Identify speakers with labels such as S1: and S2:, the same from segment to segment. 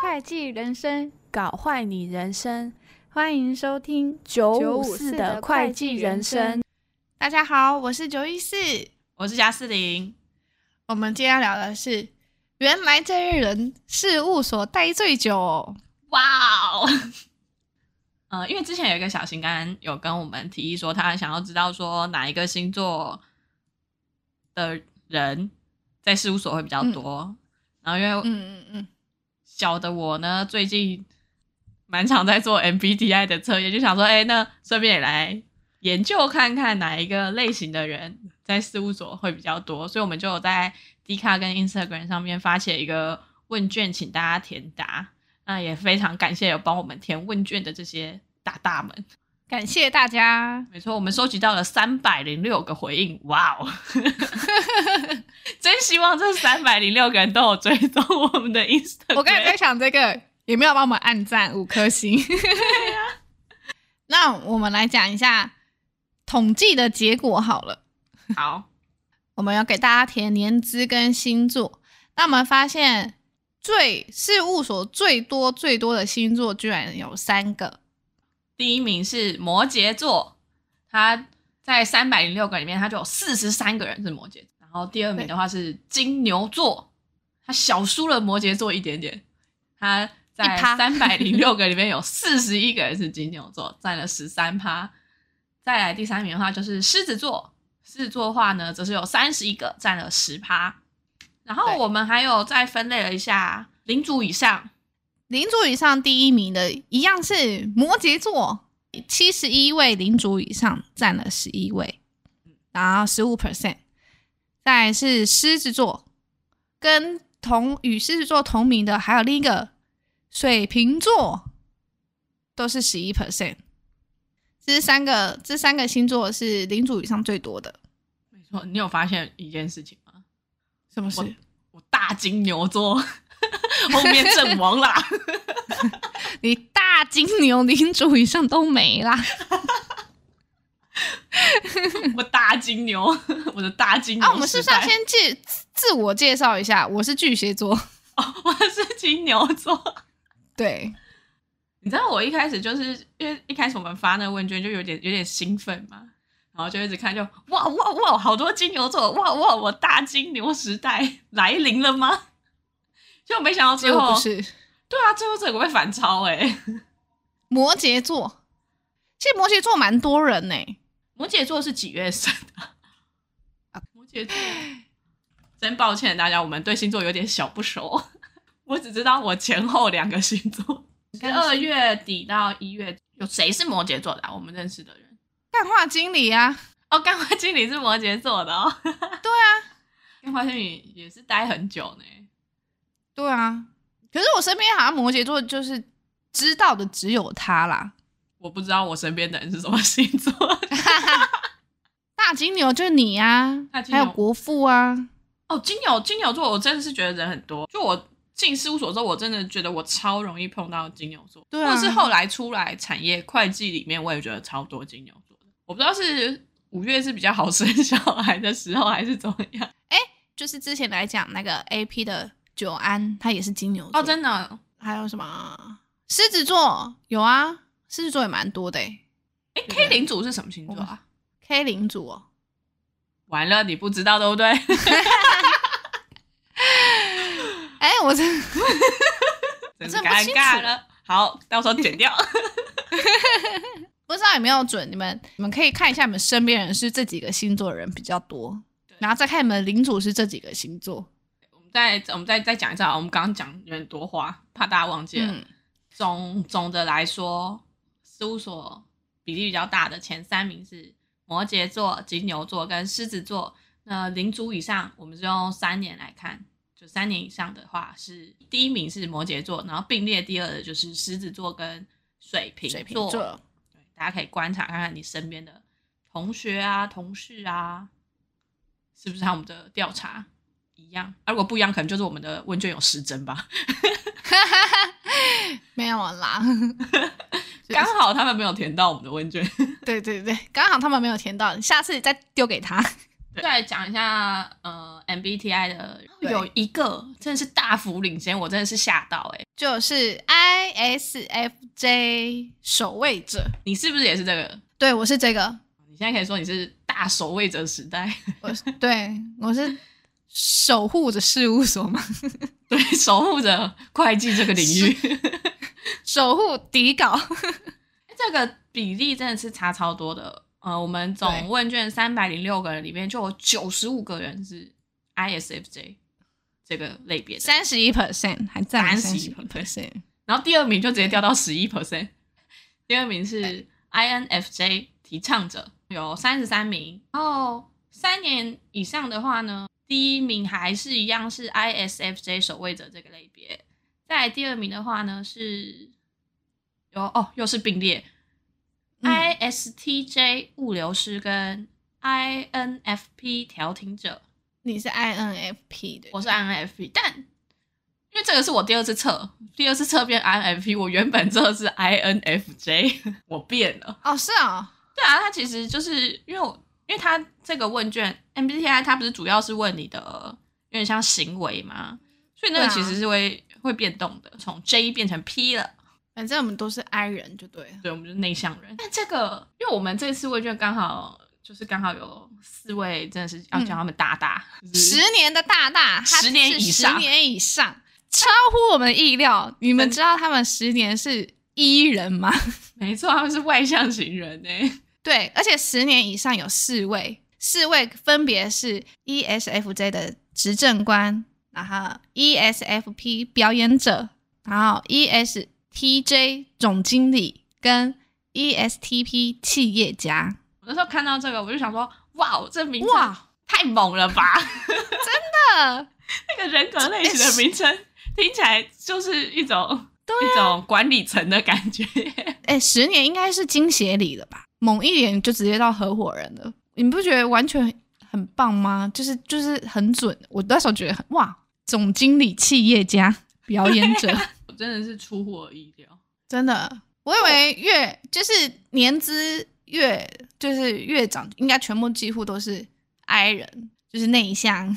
S1: 会计人生，
S2: 搞坏你人生
S1: 欢迎收听
S2: 九五四
S1: 954
S2: 的会计人生。。
S1: 大家好，我是九一四。
S3: 我是贾斯林，
S1: 我们今天要聊的是，原来这些人事务所待最久哦、
S3: 哇哦！ 呃，因为之前有一个小型肝有跟我们提议说，他想要知道说哪一个星座的人在事务所会比较多。然后因为
S1: 嗯嗯嗯，
S3: 小的我呢，最近蛮常在做 MBTI 的测验，就想说，哎、那顺便也来研究看看哪一个类型的人在事务所会比较多，所以我们就有在 d 卡跟 Instagram 上面发起了一个问卷，请大家填答。那也非常感谢有帮我们填问卷的这些大大们。
S1: 感谢大家。
S3: 没错，我们收集到了三百零六个回应，哇哦！ 真希望这三百零六个人都有追踪我们的 Instagram。
S1: 我刚才在想这个，有没有帮我们按赞五颗星？
S2: 啊
S1: 那我们来讲一下统计的结果好了。
S3: 好，
S1: 我们要给大家填年资跟星座。那我们发现最事务所最多最多的星座居然有三个，
S3: 第一名是摩羯座，他在三百零六个里面，他就有四十三个人是摩羯座。然后第二名的话是金牛座，他小输了摩羯座一点点。他在
S1: 一趴
S3: 三百零六个里面有四十一个人是金牛座，占了十三趴。再来第三名的话就是狮子座，狮子座的话呢，则是有三十一个，占了十趴。然后
S1: 对
S3: 我们还有再分类了一下，领主以上
S1: 领主以上第一名的一样是摩羯座，七十一位领主以上占了十一位，然后十五 percent。再来是狮子座，跟同与狮子座同名的还有另一个水瓶座，都是十一 percent。这三个这三个星座是领主以上最多的。
S3: 没错，你有发现一件事情吗？
S1: 什么事？
S3: 我大金牛座 后面阵 亡啦，
S1: 你大金牛 领主以上都没啦。
S3: 我大金牛，我的大金嗯牛时代。
S1: 啊，我们是不是要先介自自我介绍一下？我是巨蟹座，
S3: 哦，我是金牛座。
S1: 对，
S3: 你知道我一开始就是因为一开始我们发那个问卷就有点有点兴奋嘛，然后就一直看就哇哇哇，好多金牛座，哇哇，我大金牛时代来临了吗？就没想到最
S1: 结果
S3: 哦后
S1: 不是
S3: 对啊，最后这个被反超哎、
S1: 摩羯座。其实摩羯座蛮多人呢、
S3: 摩羯座是几月生的？啊，摩羯座，真抱歉大家，我们对星座有点小不熟。 我只知道我前后两个星座， 十二月底到一月，有谁是摩羯座的啊、我们认识的人
S1: 干化经理啊，
S3: 哦，干花经理是摩羯座的哦。 对啊，干花经理也是待很久呢。
S1: 对啊。可是我身边好像摩羯座就是知道的只有他啦。
S3: 我不知道我身边的人是什么星座，
S1: 大金牛就是你啊，
S3: 大金
S1: 还有
S3: 牛
S1: 国父啊，
S3: 哦，金牛金牛座，我真的是觉得人很多。就我进事务所之后，我真的觉得我超容易碰到金牛座，
S1: 对啊
S3: 或是后来出来产业会计里面，我也觉得超多金牛座的。我不知道是五月是比较好生小孩的时候，还是怎么样。
S1: 就是之前来讲那个 A P 的久安，他也是金牛座。
S3: 哦，真的哦，
S1: 还有什么狮子座有啊，狮子座也蛮多的、欸。
S3: 哎，K 领主是什么星座啊？
S1: K 领主哦，
S3: 完了，你不知道对不对？
S1: 哎、我这
S3: 真是
S1: 真不
S3: 尴
S1: 清
S3: 尬
S1: 楚
S3: 了。好，到时候剪掉。
S1: 不知道有没有准，你们你们可以看一下你们身边人是这几个星座的人比较多，然后再看你们领主是这几个星座。
S3: 我们再我们再再讲一次啊，我们刚刚讲有点多话，怕大家忘记了。
S1: 嗯，
S3: 总总的来说，事务所比例比较大的前三名是摩羯座、金牛座跟狮子座。那领主以上，我们是用三年来看，就三年以上的话是第一名是摩羯座，然后并列第二的就是狮子座跟水瓶
S1: 水瓶座
S3: 对，大家可以观察看看你身边的同学啊、同事啊，是不是和我们的调查一样？啊，如果不一样，可能就是我们的问卷有失真吧。
S1: 没有啦，
S3: 刚好他们没有填到我们的问卷。
S1: 对对对，刚好他们没有填到，下次再丢给他。
S3: 再讲一下，呃，MBTI 的
S1: 对
S3: 有一个真的是大幅领先，我真的是吓到哎、欸
S1: 就是 ISFJ 守卫者。
S3: 你是不是也是这个？
S1: 对，我是这个，
S3: 你现在可以说你是大守卫者时代，
S1: 我是 对我是守护着事务所嘛，
S3: 对，守护着会计这个领域。
S1: 守护底稿。
S3: 哎这个比例真的是差超多的。呃，我们总
S1: 对
S3: 问卷三百零六个人里面，就有九十五个人是 ISFJ 这个类别的，
S1: 三十一 percent 还占三十一
S3: 31%
S1: percent，
S3: 然后第二名就直接掉到十一 percent，第二名是 INFJ 提倡者，有三十三名。然后三年以上的话呢，第一名还是一样是 ISFJ 守卫者这个类别，再来第二名的话呢是有哦，又是并列、
S1: 嗯
S3: ISTJ 物流师跟 INFP 调停者，
S1: 你是 INFP 的，
S3: 我是 INFP，但因为这个是我第二次测，第二次测变 INFP，我原本测的是 INFJ，我 变了。
S1: 哦是啊、
S3: 对啊，它其实就是因为我，因为它这个问卷 MBTI 它不是主要是问你的有点像行为嘛，所以那个
S1: 对啊
S3: 其实是会、会变动的，从 J 变成 P 了。
S1: 反正我们都是 I 人就对了。
S3: 对，我们就是内向人。但这个，因为我们这次问卷刚好就是刚好有四位真的是要叫他们大大，就是
S1: 嗯十年的大大，他
S3: 嗯十年
S1: 是
S3: 以上
S1: 十年以上，超乎我们的意料。你们知道他们十年是 E 人吗？
S3: 没错，他们是外向型人欸呢、
S1: 对，而且十年以上有四位，四位分别是 E ESFJ 的执政官，然后 E ESFP 表演者，然后 E ESTJ 总经理跟 E ESTP 企业家。
S3: 我那时候看到这个，我就想说，哇，哦这名字
S1: 哇
S3: 太猛了 吧！
S1: 呃，
S3: 那个人格类型的名称听起来就是一种、
S1: 啊
S3: 一种管理层的感觉。
S1: 哎，十年应该是金协理了吧？猛一点就直接到合伙人了，你不觉得完全很棒吗？就是就是很准，我那时候觉得很哇，总经理、企业家、表演者，
S3: 我真的是出乎我意料，
S1: 真的，我以为越就是年资越就是越长，应该全部几乎都是 I 人，就是内向，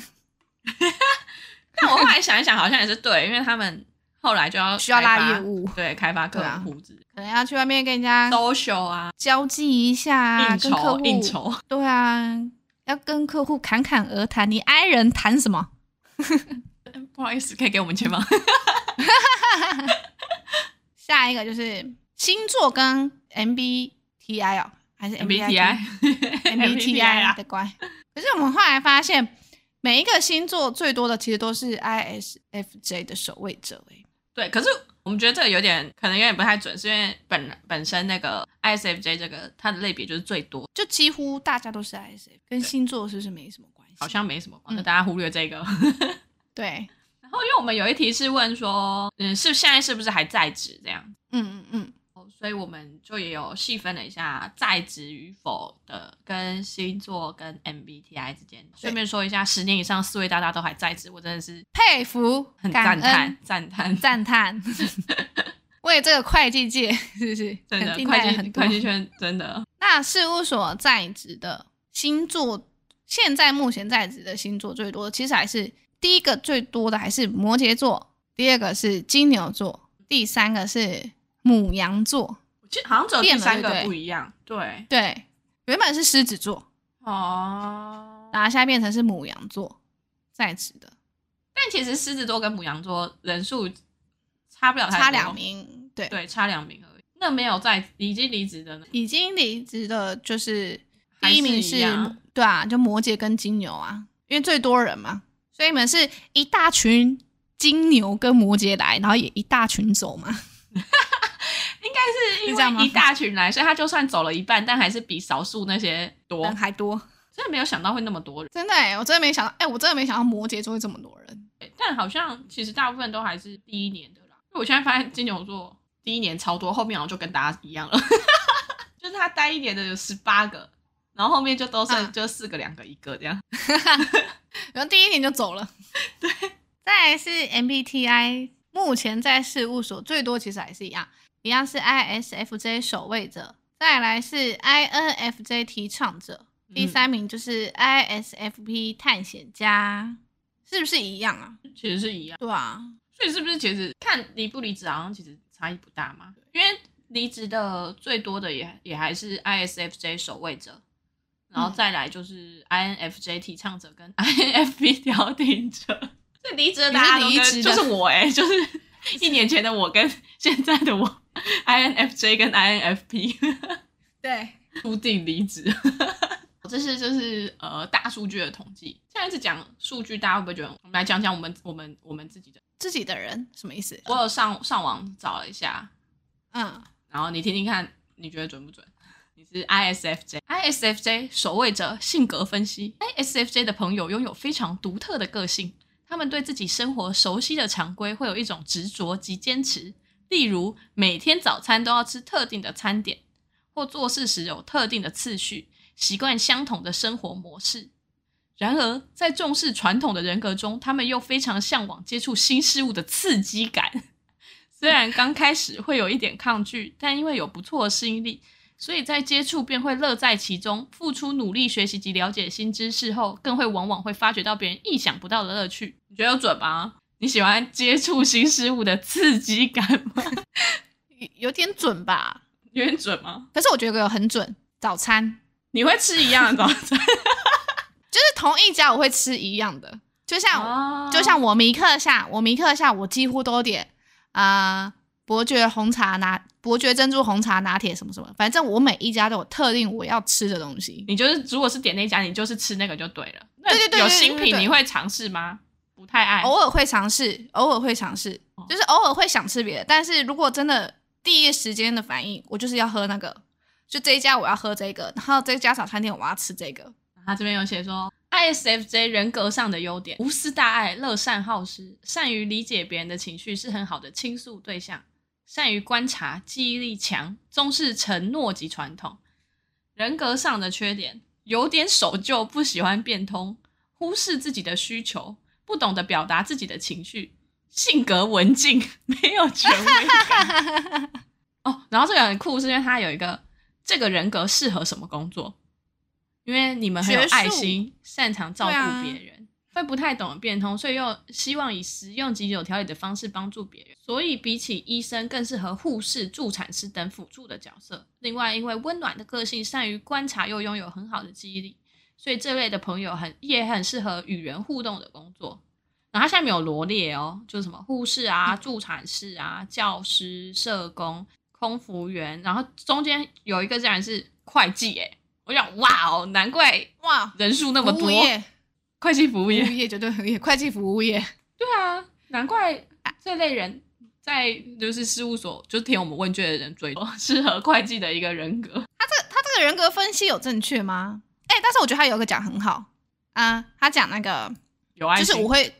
S3: 但我后来想一想，好像也是对，因为他们后来就要
S1: 需要拉
S3: 开发
S1: 业务
S3: 对，开发客
S1: 对啊
S3: 户之类
S1: 可能要去外面跟人家
S3: 的 social 啊，
S1: 交际一下啊，
S3: 应
S1: 跟客
S3: 酬
S1: 户
S3: 应，酬。
S1: 对啊，要跟客户侃侃而谈，你 I 人谈什么？
S3: 不好意思，可以给我们钱吗？
S1: 下一个就是星座跟 MBTI 哦，还是
S3: MBTI
S1: MBTI
S3: 啊
S1: 的关系。可是我们后来发现，每一个星座最多的其实都是 ISFJ 的守卫者欸诶。
S3: 对，可是我们觉得这个有点可能有点不太准，是因为本本身那个 ISFJ 这个它的类别就是最多，
S1: 就几乎大家都是 ISF，跟星座是不是没什么关系？
S3: 好像没什么关系，
S1: 嗯
S3: 大家忽略这个。
S1: 对，
S3: 然后因为我们有一题是问说，嗯，是现在是不是还在职这样，
S1: 嗯嗯嗯，
S3: 哦所以我们就也有细分了一下在职与否的跟星座跟 MBTI 之间。顺便说一下，十年以上四位大大都还在职，我真的是
S1: 佩服，
S3: 很
S1: 感
S3: 赞
S1: 恩
S3: 叹赞
S1: 赞
S3: 叹。
S1: 叹。为这个会计界是不是
S3: 真的，
S1: 肯定
S3: 会
S1: 带了很
S3: 计
S1: 多
S3: 会 计圈真的
S1: 那事务所在职的星座，现在目前在职的星座最多，其实还是第一个最多的还是摩羯座，第二个是金牛座，第三个是母羊座。
S3: 我记得好像只有第
S1: 变了
S3: 三
S1: 对
S3: 个
S1: 不对
S3: 不一样，对，
S1: 对，原本是狮子座，
S3: 哦。
S1: 然后现在变成是母羊座在职的，
S3: 但其实狮子座跟母羊座人数差不了太多，
S1: 差两，名。对，
S3: 对，差两名而已。那没有在已经离职的呢？
S1: 已经离职的就是
S3: 还
S1: 第一名
S3: 是
S1: 是
S3: 一样
S1: 对啊，就摩羯跟金牛啊，因为最多人嘛，所以你们是一大群金牛跟摩羯来，然后也一大群走 嘛。
S3: 是
S1: 是
S3: 因
S1: 这样
S3: 为
S1: 吗
S3: 一大群来，所以他就算走了一半，但还是比少数那些多
S1: 人。还多，
S3: 真的没有想到会那么多人，
S1: 真的哎、我真的没想到，哎、我真的没想到摩羯座会这么多人，
S3: 欸但好像其实大部分都还是第一年的啦。因为我现在发现金牛座第一年超多，后面好像就跟大家一样了， 就是他待一年的有十八个，然后后面就都剩、
S1: 嗯
S3: 就四个、两个、一个这样。
S1: 然后第一年就走了。 对，再来是 MBTI，目前在事务所最多，其实还是一样，一样是 ISFJ 守卫者，再来是 INFJ 提倡者，
S3: 嗯
S1: 第三名就是 ISFP 探险家，是不是一样啊？
S3: 嗯其实是一样。
S1: 对啊，
S3: 所以是不是其实看离不离职，好像其实差异不大嘛？因为离职的最多的也也还是 ISFJ 守卫者，然
S1: 嗯
S3: 后再来就是 INFJ 提倡者跟 INFP 调停者。这离职的大家都
S1: 你是
S3: 跟
S1: 离职的
S3: 就是我哎、就是一年前的我跟现在的我 INFJ 跟 INFP
S1: 对，
S3: 注定离职。这是就是呃大数据的统计。现在是讲数据，大家会不会觉得我们来讲讲我们我们我们自己的？
S1: 自己的人什么意思？
S3: 我有上上网找了一下，
S1: 嗯，
S3: 然后你听听看，你觉得准不准？你是 ISFJ，ISFJ 守卫者性格分析。ISFJ 的朋友拥有非常独特的个性，他们对自己生活熟悉的常规会有一种执着及坚持，例如每天早餐都要吃特定的餐点，或做事时有特定的次序，习惯相同的生活模式。然而，在重视传统的人格中，他们又非常向往接触新事物的刺激感。虽然刚开始会有一点抗拒，但因为有不错的适应力，所以在接触便会乐在其中，付出努力学习及了解新知识后，更会往往会发掘到别人意想不到的乐趣。你觉得有准吗？你喜欢接触新事物的刺激感吗？
S1: 有有点准吧？
S3: 有点准吗？
S1: 可是我觉得很准。早餐
S3: 你会吃一样的早餐？
S1: 就是同一家我会吃一样的，就像、
S3: 哦
S1: 就像我迷克夏，我迷克夏我几乎都点啊、呃伯爵红茶拿伯爵珍珠红茶拿铁什么什么，反正我每一家都有特定我要吃的东西。
S3: 你就是如果是点那家，你就是吃那个就对了。那
S1: 对对对
S3: 有
S1: 对对
S3: 新
S1: 对
S3: 品
S1: 对哦
S3: 你会尝试吗？不太爱。
S1: 偶尔会尝试，偶尔会尝试
S3: 哦，
S1: 就是偶尔会想吃别的。但是如果真的第一时间的反应，我就是要喝那个，就这一家我要喝这个，然后这家早餐店我要吃这个。
S3: 他这边有写说，ISFJ 人格上的优点：无私大爱、乐善好施，善于理解别人的情绪，是很好的倾诉对象；善于观察，记忆力强，重视承诺及传统。人格上的缺点：有点守旧，不喜欢变通，忽视自己的需求，不懂得表达自己的情绪，性格文静， 没有权威感。哦，然后这个很酷，是因为他有一个这个人格适合什么工作？因为你们很有
S1: 学术
S3: 爱心，擅长照顾别
S1: 对
S3: 人，会不太懂得变通，所以又希望以实用及有条理的方式帮助别人。所以比起医生，更适合护士、助产师等辅助的角色。另外，因为温暖的个性，善于观察，又拥有很好的记忆力，所以这类的朋友很也很适合与人互动的工作。然后它下面有罗列哦，就是什么护士啊、助产士啊、教师、社工、空服员，然后中间有一个竟然是会计，哎，我想哇哦，难怪
S1: 哇，
S3: 人数那么
S1: 服
S3: 多
S1: 务，业，
S3: 会计服务
S1: 服务
S3: 业，
S1: 业绝对服务业，会计服务业。
S3: 对啊，难怪这类人在就是事务所就填我们问卷的人最多， 适合会计的一个人格。
S1: 他这个人格分析有正确吗？哎、但是我觉得他有一个讲很好啊、他讲那个
S3: 有爱
S1: 就
S3: 心，
S1: 是我会。呃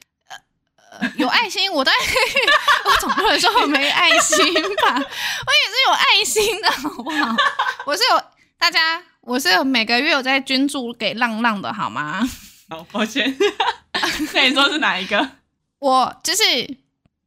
S1: 呃有爱心，我当然， 我总不能说我没爱心吧？我 也是有爱心的，好不好？ 我是有大家，我是有每个月有在捐助给浪浪的，好吗？
S3: 好抱歉， 那你说是哪一个？
S1: 我就是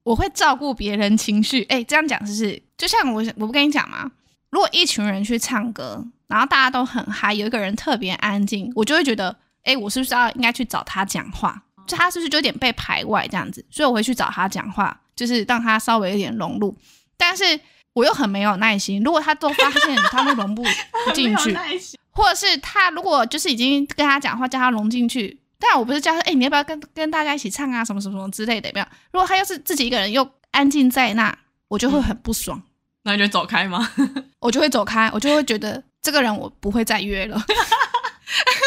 S1: 我会照顾别人情绪。哎、这样讲就是，就像我我不跟你讲嘛，如果一群人去唱歌，然后大家都很嗨，有一个人特别安静，我就会觉得，哎、我是不是要应该去找他讲话？就他是不是就有点被排外这样子？所以我会去找他讲话，就是让他稍微有点融入。但是我又很没有耐心，如果他都发现他都融不不进
S3: 没有
S1: 去，
S3: 耐心
S1: 或者是他如果就是已经跟他讲话，叫他融进去，但我不是叫他，哎、你要不要跟跟大家一起唱啊，什么什么什么之类的，有没有？如果他要是自己一个人又安静在那，我就会很不爽，
S3: 嗯那你就走开吗？
S1: 我就会走开，我就会觉得这个人我不会再约了。对啊，对啊，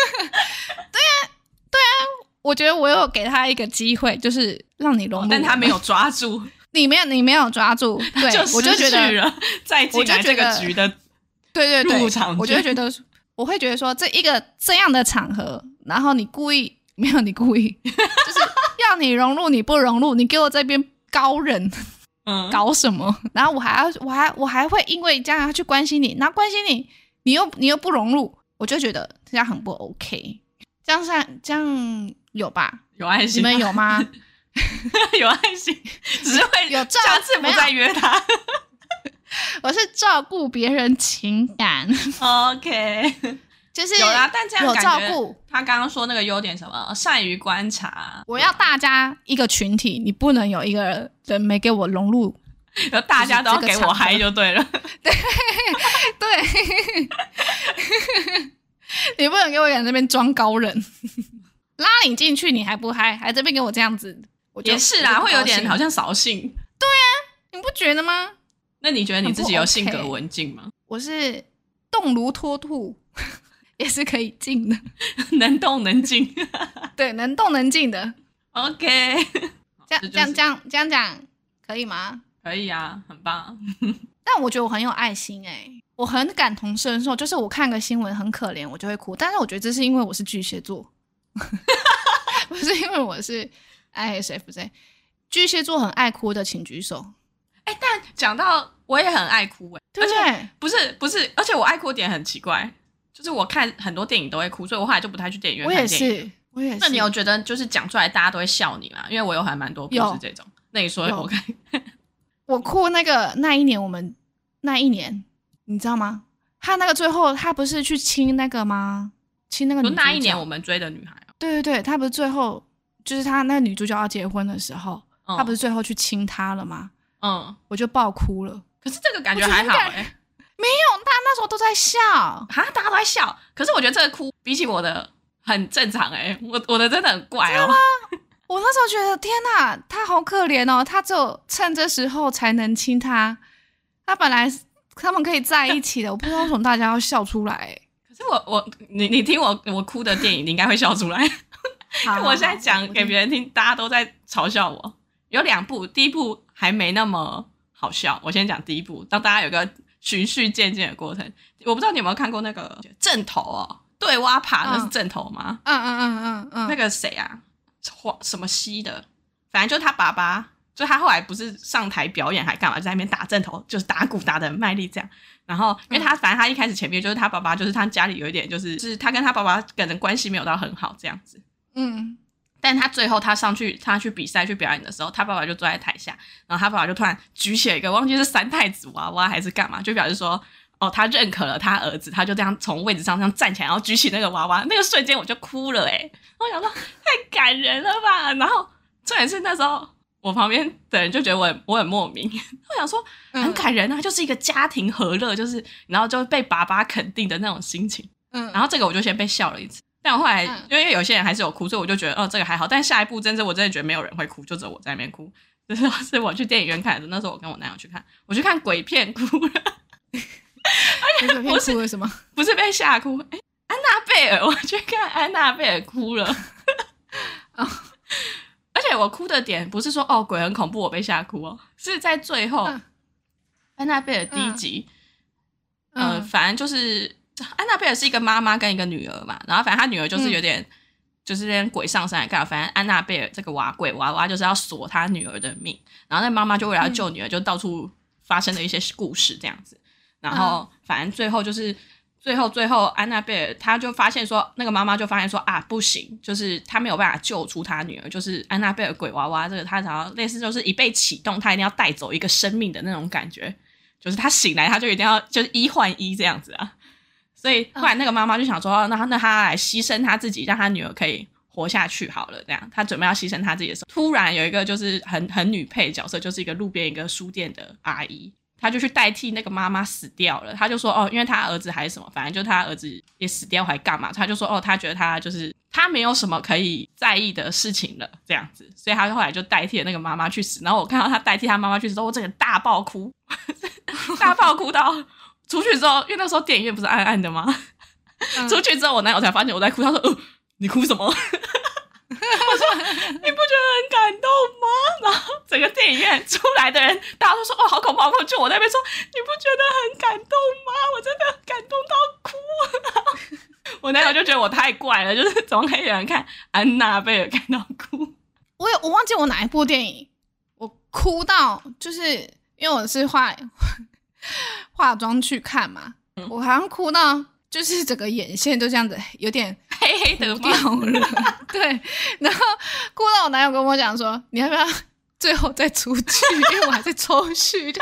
S1: 啊我觉得我有给他一个机会，就是让你融入我、
S3: 哦但他没有抓住，
S1: 你没有，你没有抓住，对，
S3: 就
S1: 我就
S3: 失
S1: 觉得
S3: 去了再进来这个
S1: 我就觉得
S3: 局的。
S1: 对对
S3: 入
S1: 对
S3: 场，
S1: 我就会觉得，我会觉得说，这一个这样的场合，然后你故意没有，你故意就是要你融入，你不融入，你给我这边高人
S3: 嗯，
S1: 搞什么？ 然后我还要，我还我还会因为这样要去关心你，然后关心你，你又你又不融入，我就觉得这样很不 OK。这样算这样有吧？
S3: 有爱
S1: 你
S3: 心，
S1: 们有吗？
S3: 有爱心，只是会
S1: 有照
S3: 下次不
S1: 没有
S3: 再约他。
S1: 我是照顾别人情感。
S3: OK，
S1: 就是
S3: 有啦，但这样
S1: 有
S3: 感
S1: 照
S3: 觉
S1: 顾。
S3: 他刚刚说那个优点什么，善于观察，
S1: 我要大家一个群体，你不能有一个人没给我融入。
S3: 然后大家都要
S1: 就是
S3: 给
S1: 这个
S3: 我
S1: 场合
S3: 嗨就对了。
S1: 对，你不能给我在那边装高人，拉你进去你还不嗨，还这边给我这样子，我就
S3: 也是
S1: 我
S3: 啦，
S1: 就不
S3: 会有
S1: 高
S3: 点
S1: 兴
S3: 好像扫兴。
S1: 你不觉得吗？
S3: 那你觉得你自己有性
S1: 很
S3: 格
S1: 不 OK
S3: 文静吗？
S1: 我是动如脱兔， 也是可以静的，
S3: 能动能静。
S1: 对，能动能静的。
S3: OK，
S1: 这样
S3: 这就是
S1: 这样这样这样讲可以吗？
S3: 可以啊，很棒。
S1: 但我觉得我很有爱心哎、我很感同身受，就是我看个新闻很可怜，我就会哭。但是我觉得这是因为我是巨蟹座， 不是因为我是哎 ISFJ。巨蟹座很爱哭的，请举手，
S3: 讲到我也很爱哭哎、
S1: 对不
S3: 而且
S1: 对？
S3: 不是不是，而且我爱哭点很奇怪，就是我看很多电影都会哭，所以我后来就不太去电影院
S1: 我
S3: 看
S1: 也
S3: 电影。
S1: 是，我也是。
S3: 那你有觉得就是讲出来大家都会笑你吗？因为我有还蛮多故
S1: 有
S3: 事这种。那你说
S1: 有
S3: 我看
S1: 我哭那个那一年，我们那一年，你知道吗？他那个最后他不是去亲那个吗？亲那个女
S3: 就
S1: 主角
S3: 那一年我们追的女孩哦、
S1: 对对对，他不是最后就是他那个女主角要结婚的时候，
S3: 嗯
S1: 他不是最后去亲她了吗？
S3: 嗯，
S1: 我就爆哭了。
S3: 可是这个感觉
S1: 我觉得
S3: 还
S1: 很
S3: 好
S1: 感
S3: 哎、
S1: 他啊那时候都在笑，
S3: 哈，大家都在笑。可是我觉得这个哭比起我的很正常哎、我我的真的很怪哦、
S1: 我那时候觉得天哪，他好可怜哦，他只有趁这时候才能亲他。他本来是他们可以在一起的，我不知道为什么大家要笑出来、欸。
S3: 可是我我你你听我我哭的电影，你应该会笑出来。
S1: 好 啊
S3: 我现在讲给别
S1: 人，
S3: 人听，大家都在嘲笑我。有两部，第一部还没那么好笑，我先讲第一部，让大家有个循序渐进的过程。我不知道你有没有看过那个正头哦，对蛙爬那是
S1: 嗯
S3: 正头吗？
S1: 嗯嗯嗯嗯嗯，
S3: 那个谁啊，黄什么西的，反正就是他爸爸，就他后来不是上台表演还干嘛，就在那边打正头，就是打鼓打的很卖力这样。然后，因为他反正他一开始前面就是他爸爸，就是他家里有一点就是，就是他跟他爸爸可能关系没有到很好这样子。
S1: 嗯，
S3: 但他最后他上去他去比赛去表演的时候，他爸爸就坐在台下，然后他爸爸就突然举起了一个忘记是三太子娃娃还是干嘛，就表示说。哦，他认可了他儿子，他就这样从位置上这样站起来，然后举起那个娃娃，那个瞬间我就哭了哎、欸我想说太感人了吧。然后重点是那时候我旁边的人就觉得我很我很莫名，我想说
S1: 嗯
S3: 很感人啊，就是一个家庭和乐，就是然后就被爸爸肯定的那种心情。
S1: 嗯，
S3: 然后这个我就先被笑了一次，但我后来、
S1: 嗯
S3: 因为有些人还是有哭，所以我就觉得哦这个还好。但下一步真正我真的觉得没有人会哭，就只有我在那边哭。就是是我去电影院看的，那时候我跟我男友去看，我去看鬼片哭了，
S1: 你昨
S3: 不
S1: 天
S3: 是
S1: 哭了什么？
S3: 不是被吓哭，哎、安娜贝尔，我去看安娜贝尔哭了。
S1: 哦
S3: 而且我哭的点不是说哦鬼很恐怖我被吓哭哦，是在最后、
S1: 嗯
S3: 安娜贝尔第一集。 呃，
S1: 嗯
S3: 反正就是安娜贝尔是一个妈妈跟一个女儿嘛，然后反正她女儿就是有点、就是有点鬼上身来干嘛，反正安娜贝尔这个娃鬼娃娃就是要索她女儿的命，然后那妈妈就为了要救女儿，就到处发生了一些故事这样子，然后反正最后就是。最后，最后，安娜贝尔她就发现说，那个妈妈就发现说啊，不行，就是她没有办法救出她女儿，就是安娜贝尔鬼娃娃这个，她想要类似就是一被启动，她一定要带走一个生命的那种感觉，就是他醒来，他就一定要就是一换一这样子啊。所以后来那个妈妈就想说，哦那那他来牺牲他自己，让他女儿可以活下去好了。这样，他准备要牺牲他自己的时候，突然有一个就是很很女配角色，就是一个路边一个书店的阿姨，她就去代替那个妈妈死掉了。她就说，哦，因为她儿子还是什么，反正就她儿子也死掉还干嘛？她就说，哦，她觉得她就是她没有什么可以在意的事情了，这样子。所以她后来就代替了那个妈妈去死。然后我看到她代替她妈妈去死之后，我整个大爆哭， 大爆哭到出去之后，因为那时候电影院不是暗暗的吗？
S1: 嗯
S3: 出去之后，我男友才发现我在哭，他说：“呃，你哭什么？” 我说：“你不觉得很感动吗？”然后整个电影院出来的人，大家都说：“哦，好恐怖，好恐怖！”就我在那边说：“你不觉得很感动吗？”我真的感动到哭。 我男友就觉得我太怪了，就是怎么可以有人看安娜贝尔看到哭？
S1: 我有我忘记我哪一部电影，我哭到就是因为我是化 化妆去看嘛，
S3: 嗯
S1: 我好像哭到就是整个眼线就这样子有点
S3: 黑黑的
S1: 糊
S3: 吗
S1: 掉？了， 对，然后哭到我男友跟我讲说，你要不要最后再出去， 因为我还在抽搐，就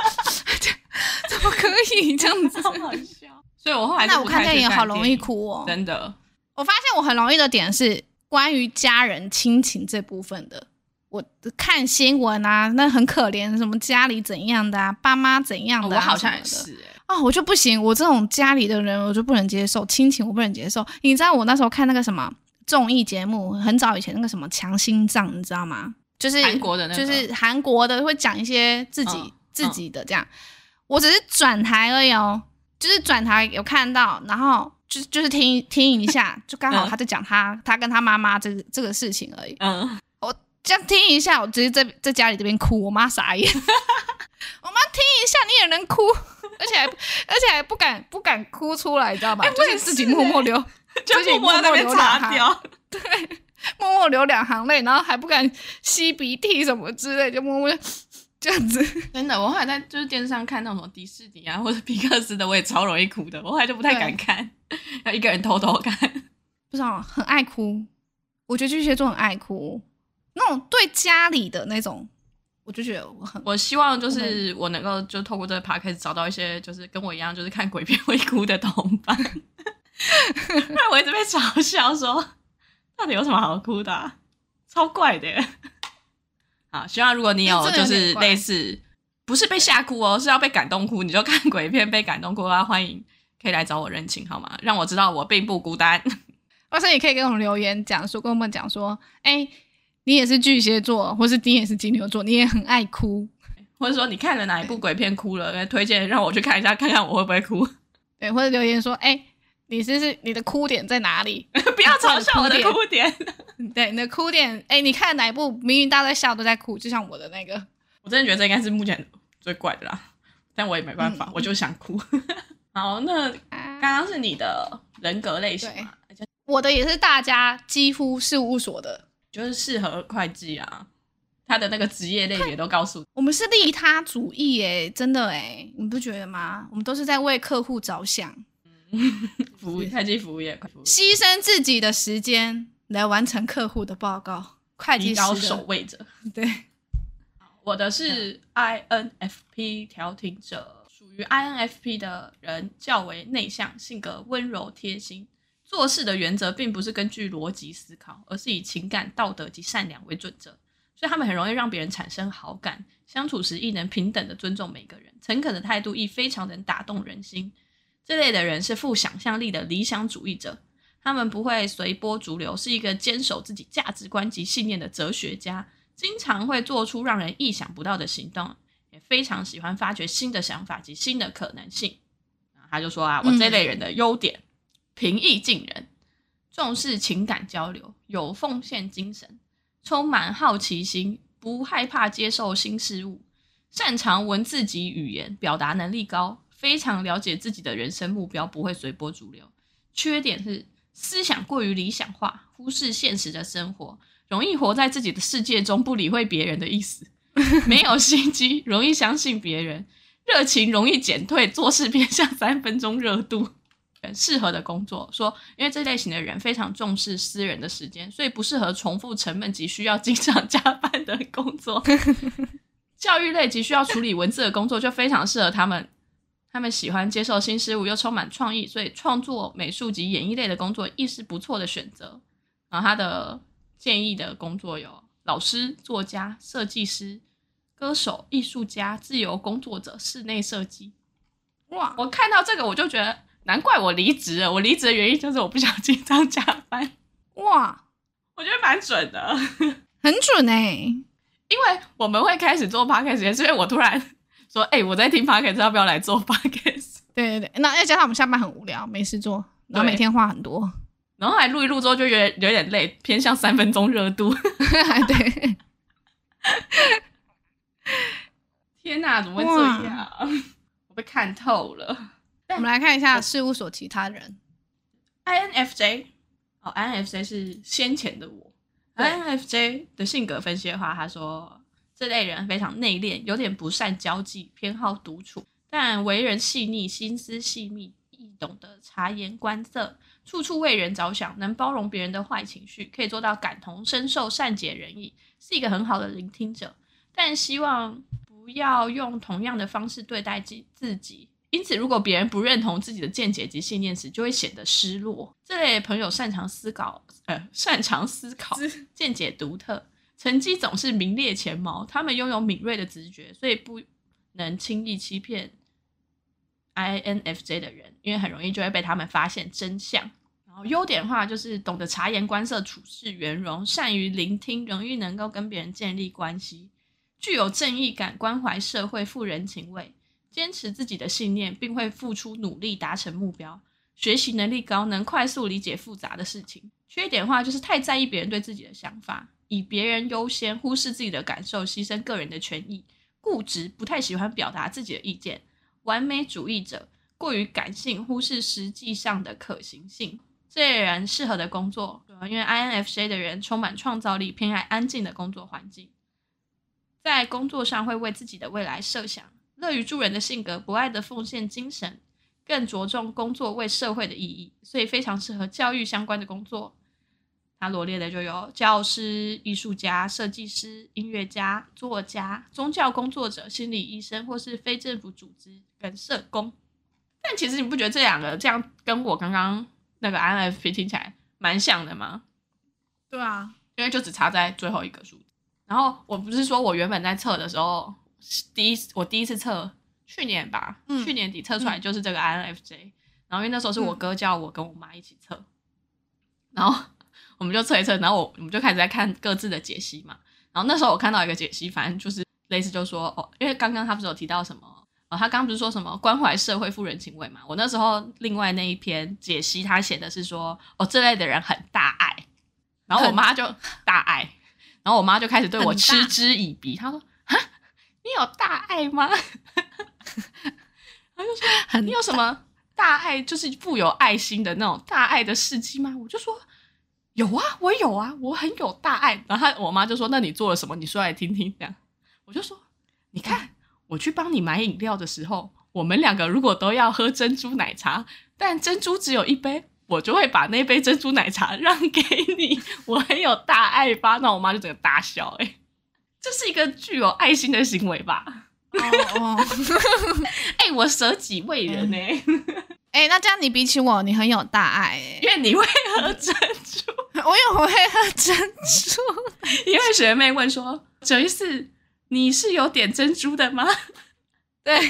S1: 怎么可以这样子？
S3: 好好笑。所以我后来
S1: 那
S3: 就
S1: 我
S3: 不
S1: 看
S3: 太
S1: 电
S3: 去
S1: 影好容易
S3: 电影，
S1: 哭哦。
S3: 真的。
S1: 我发现我很容易的点是关于家人亲情这部分的。我看新闻啊，那很可怜，什么家里怎样的啊，爸妈怎样
S3: 哦
S1: 的、
S3: 我
S1: 啊
S3: 好像也
S1: 什么的
S3: 是、欸，
S1: 哦，我就不行，我这种家里的人我就不能接受，亲情我不能接受。你知道我那时候看那个什么综艺节目，很早以前那个什么强心脏，你知道吗？就是
S3: 韩国的那个
S1: 就是韩国的会讲一些自己、
S3: 嗯
S1: 自己的这样。我只是转台而已哦，就是转台有看到，然后就就是听听一下，就刚好
S3: 嗯
S1: 他在讲他、他跟他妈妈这这个事情而已。
S3: 嗯，
S1: 我这样听一下，我直接在在家里这边哭，我妈傻眼。 我妈听一下你也能哭，而且还而且还不敢不敢哭出来，你知道吧？就是自己默默流
S3: 就
S1: 自己
S3: 默默在那边
S1: 默默流两
S3: 擦
S1: 行
S3: 掉，
S1: 默默流两行泪，然后还不敢吸鼻涕什么之类，就默默这样子。
S3: 真的。我后来在就是电视上看那种什么迪士尼啊或者皮克斯的，我也超容易哭的，我后来就不太
S1: 对
S3: 敢看， 要一个人偷偷看。
S1: 不知道，很爱哭。我觉得巨蟹座很爱哭，那种对家里的那种，我就觉得我很
S3: 我希望就是我能够就透过这个 podcast 找到一些就是跟我一样就是看鬼片会哭的同 伴，不然我一直被嘲笑说到底有什么好哭的啊、超怪的耶。好，希望如果你有
S1: 这真的
S3: 就
S1: 有点
S3: 是
S1: 怪
S3: 类似不是被吓哭哦，是要被感动哭，你就看鬼片被感动哭啊，欢迎可以来找我认亲好吗？让我知道我并不孤单。
S1: 或是也可以给我们留言讲说，跟我们讲说，哎、你也是巨蟹座，或是你也是金牛座，你也很爱哭，
S3: 或者说你看了哪一部鬼片哭了，来推荐让我去看一下，看看我会不会哭。
S1: 对，或者留言说，哎、你是是你的哭点在哪里？
S3: 不要嘲笑我的
S1: 你的哭
S3: 哭点。
S1: 对，你的哭点，哎、你看哪一部明明大家在笑都在哭，就像我的那个，
S3: 我真的觉得这应该是目前最怪的啦，但我也没办法，
S1: 嗯
S3: 我就想哭。 好，那刚
S1: 啊、
S3: 刚是你的人格类型嘛，
S1: 我的也是大家几乎事务所的，
S3: 就是适合会计啊，他的那个职业类别都告诉你。
S1: 我们是利他主义、哎，真的、哎，你不觉得吗？我们都是在为客户着想。
S3: 服务会计服务业，会计服务业
S1: 牺牲自己的时间来完成客户的报告，会计
S3: 提
S1: 师
S3: 高
S1: 的
S3: 守卫者。
S1: 对，
S3: 我的是 INFP 调停者，属于 INFP 的人较为内向，性格温柔贴心，做事的原则并不是根据逻辑思考，而是以情感、道德及善良为准则，所以他们很容易让别人产生好感。相处时亦能平等的尊重每个人，诚恳的态度亦非常能打动人心。这类的人是富想象力的理想主义者，他们不会随波逐流，是一个坚守自己价值观及信念的哲学家，经常会做出让人意想不到的行动，也非常喜欢发掘新的想法及新的可能性。然后他就说啊，我这类人的优点，平易近人，重视情感交流，有奉献精神，充满好奇心，不害怕接受新事物，擅长文字及语言，表达能力高，非常了解自己的人生目标，不会随波逐流。缺点是思想过于理想化，忽视现实的生活，容易活在自己的世界中，不理会别人的意思，没有心机，容易相信别人，热情容易减退，做事偏向 三分钟热度。适合的工作说，因为这类型的人非常重视私人的时间，所以不适合重复沉闷及需要经常加班的工作。教育类及需要处理文字的工作就非常适合他们。他们喜欢接受新事物，又充满创意，所以创作、美术及演艺类的工作亦是不错的选择。然后他的建议的工作有老师、作家、设计师、歌手、艺术家、自由工作者、室内设计。
S1: 哇，
S3: 我看到这个，我就觉得难怪我离职了。我离职的原因就是我不想经常加班，
S1: 哇，
S3: 我觉得蛮准的。
S1: 很准哎、
S3: 因为我们会开始做 podcast，也是因为我突然 说：“哎、我在听 podcast，要不要来做 podcast？”
S1: 对对对，那再加上我们下班很无聊，没事做，然后
S3: 对
S1: 每天话很多，
S3: 然后还录一录之后，就有点有点累，偏向三分钟热度。
S1: 对，
S3: 天哪，怎么会这样？ 我被看透了。
S1: 我们来看一下事务所其他人，
S3: INFJ，哦，INFJ 是先前的我。
S1: 对
S3: INFJ 的性格分析的话，他说这类人非常内敛，有点不善交际，偏好独处，但为人细腻，心思细密，易懂得察言观色，处处为人着想，能包容别人的坏情绪，可以做到感同身受、善解人意，是一个很好的聆听者。但希望不要用同样的方式对待自自己，因此，如果别人不认同自己的见解及信念时，就会显得失落。这类朋友擅长思考，呃，擅长思考，见解独特，成绩总是名列前茅。他们拥有敏锐的直觉，所以不能轻易欺骗 INFJ 的人，因为很容易就会被他们发现真相。然后优点的话就是懂得察言观色、处事圆融、善于聆听，容易能够跟别人建立关系，具有正义感、关怀社会、富人情味。坚持自己的信念，并会付出努力达成目标。学习能力高，能快速理解复杂的事情。缺点的话就是太在意别人对自己的想法，以别人优先，忽视自己的感受，牺牲个人的权益。固执，不太喜欢表达自己的意见。完美主义者，过于感性，忽视实际上的可行性。这类人适合的工作，因为 INFJ 的人充满创造力，偏爱安静的工作环境，在工作上会为自己的未来设想。乐于助人的性格，不爱的奉献精神，更着重工作为社会的意义，所以非常适合教育相关的工作。他罗列的就有教师、艺术家、设计师、音乐家、作家、宗教工作者、心理医生，或是非政府组织跟社工。但其实你不觉得这两个这样跟我刚刚那个 INFP 听起来蛮像的吗？
S1: 对啊，
S3: 因为就只差在最后一个数字。然后我不是说我原本在测的时候，第一我第一次测去年吧，
S1: 嗯
S3: 去年底测出来就是这个 INFJ、然后因为那时候是我哥叫我跟我妈一起测，然后我们就测一测，然后我我们就开始在看各自的解析嘛。然后那时候我看到一个解析，反正就是类似就说哦，因为刚刚他不是有提到什么。哦，他刚刚不是说什么关怀社会、富人情味嘛？我那时候另外那一篇解析，他写的是说，哦，这类的人很大爱，然后我妈就大爱，然后我妈就开始对我
S1: 很大
S3: 嗤之以鼻，她说：“啊，你有大爱吗？” 她就说：“
S1: 很
S3: 你有什么大爱，就是富有爱心的那种大爱的事迹吗？”我就说：“有啊，我有啊，我很有大爱。”然后她我妈就说：“那你做了什么？你说来听听。”这样，我就说：“你看，我去帮你买饮料的时候，我们两个如果都要喝珍珠奶茶，但珍珠只有一杯。”我就会把那杯珍珠奶茶让给你， 我很有大爱吧？那我妈就整个大笑、欸，哎，这是一个具有爱心的行为吧？
S1: 哦 哦，
S3: 哎、我舍己为人呢、
S1: 哎，那这样你比起我，你很有大爱哎、
S3: 因为你会喝珍珠。
S1: 我有我会喝珍珠，
S3: 因为学妹问说：“九一四，你是有点珍珠的吗
S1: 对？”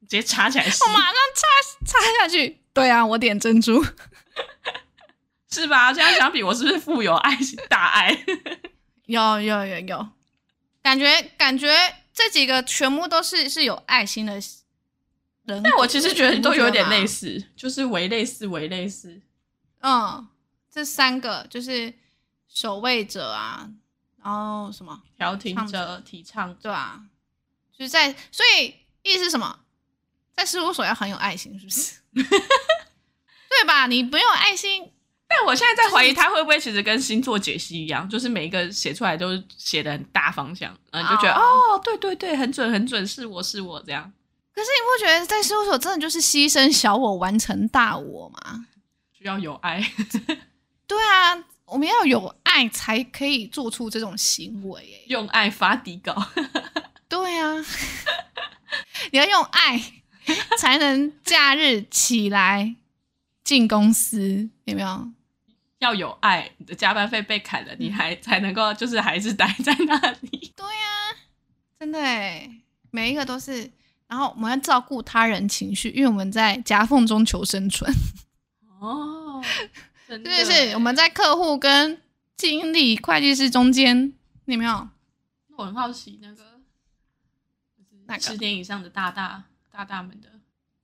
S3: 直接插起来吸
S1: 我， 马上插插下去。对啊，我点珍珠。
S3: 是吧？这样相比，我是不是富有爱心大爱？
S1: 有有有有，感觉感觉这几个全部都是是有爱心的人格。
S3: 但我其实觉得都有点类
S1: 似。
S3: 似，就是为类似为类似。
S1: 嗯，这三个就是守卫者啊，然后什么？
S3: 调停者、提倡者，
S1: 对啊，就是在所以意思是什么？在事务所要很有爱心，是不是？ 对吧？你没有爱心，
S3: 但我现在在怀疑他会不会其实跟星座解析一样，就是每一个写出来都写的很大方向，然后你就觉得
S1: 哦
S3: 哦对对对，很准很准，是我是我这样。
S1: 可是你不觉得在事务所真的就是牺牲小我完成大我吗？
S3: 需要有爱，
S1: 对啊，我们要有爱才可以做出这种行为、欸。
S3: 用爱发底稿。
S1: 对啊， 你要用爱才能假日起来进公司，有没有？
S3: 要有爱，你的加班费被砍了，
S1: 嗯
S3: 你还才能够就是还是待在那里。
S1: 对呀、真的哎，每一个都是。然后我们要照顾他人情绪，因为我们在夹缝中求生存，
S3: 哦，真
S1: 是不是？我们在客户跟经理、会计师中间，你有没有？
S3: 我很好奇那个
S1: 哪个
S3: 十年以上的大大大大们的，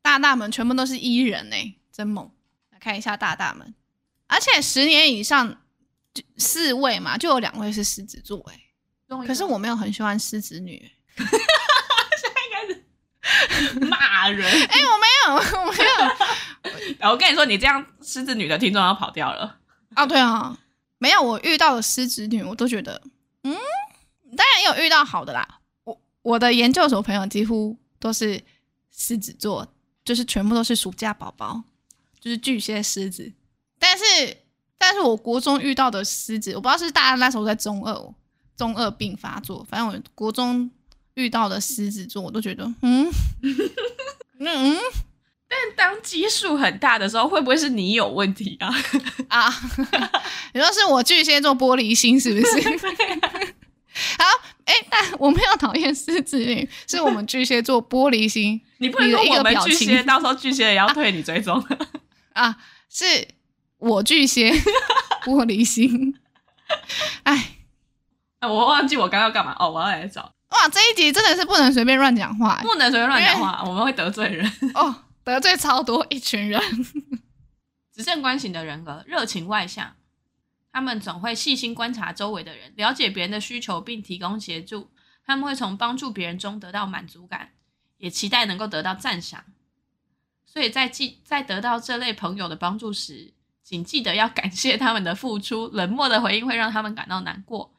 S1: 大大们全部都是伊人哎、真猛！来看一下大大们，而且十年以上就四位嘛，就有两位是狮子座哎、
S3: 用一
S1: 可
S3: 个
S1: 是我没有很喜欢狮子女，
S3: 骂人。
S1: 哎、我没有，我没有
S3: 我跟你说，你这样狮子女的听众要跑掉了。
S1: 啊，对啊，没有，我遇到的狮子女，我都觉得，嗯，当然也有遇到好的啦。我我的研究所朋友几乎都是狮子座，就是全部都是暑假宝宝，就是巨蟹、狮子。但是，但是我国中遇到的狮子，我不知道是大家那时候在中二哦，中二病发作，反正我 国中遇到的狮子座，我都觉得，嗯，嗯嗯，
S3: 但当基数很大的时候，会不会是你有问题啊？
S1: 啊， 你说是我巨蟹座玻璃心是不是？好，哎、但我没有讨厌狮子 女，是我们巨蟹座玻璃心
S3: 你不能
S1: 你的
S3: 说
S1: 一个
S3: 我们
S1: 表
S3: 巨
S1: 情
S3: 蟹，到时候巨蟹也要退你追踪。
S1: 啊，是我巨蟹玻璃 心。哎，
S3: 啊我忘记我刚刚要干嘛哦，我要来找，
S1: 哇，这一集真的是不能随便乱讲 话
S3: 不能随便乱讲话，我们会得罪人。
S1: 哦，得罪超多一群人。
S3: 执政官型的人格热情外向，他们总会细心观察周围的人，了解别人的需求并提供协助。他们会从帮助别人中得到满足感，也期待能够得到赞赏。所以在记在得到这类朋友的帮助时，请记得要感谢他们的付出。冷漠的回应会让他们感到难过。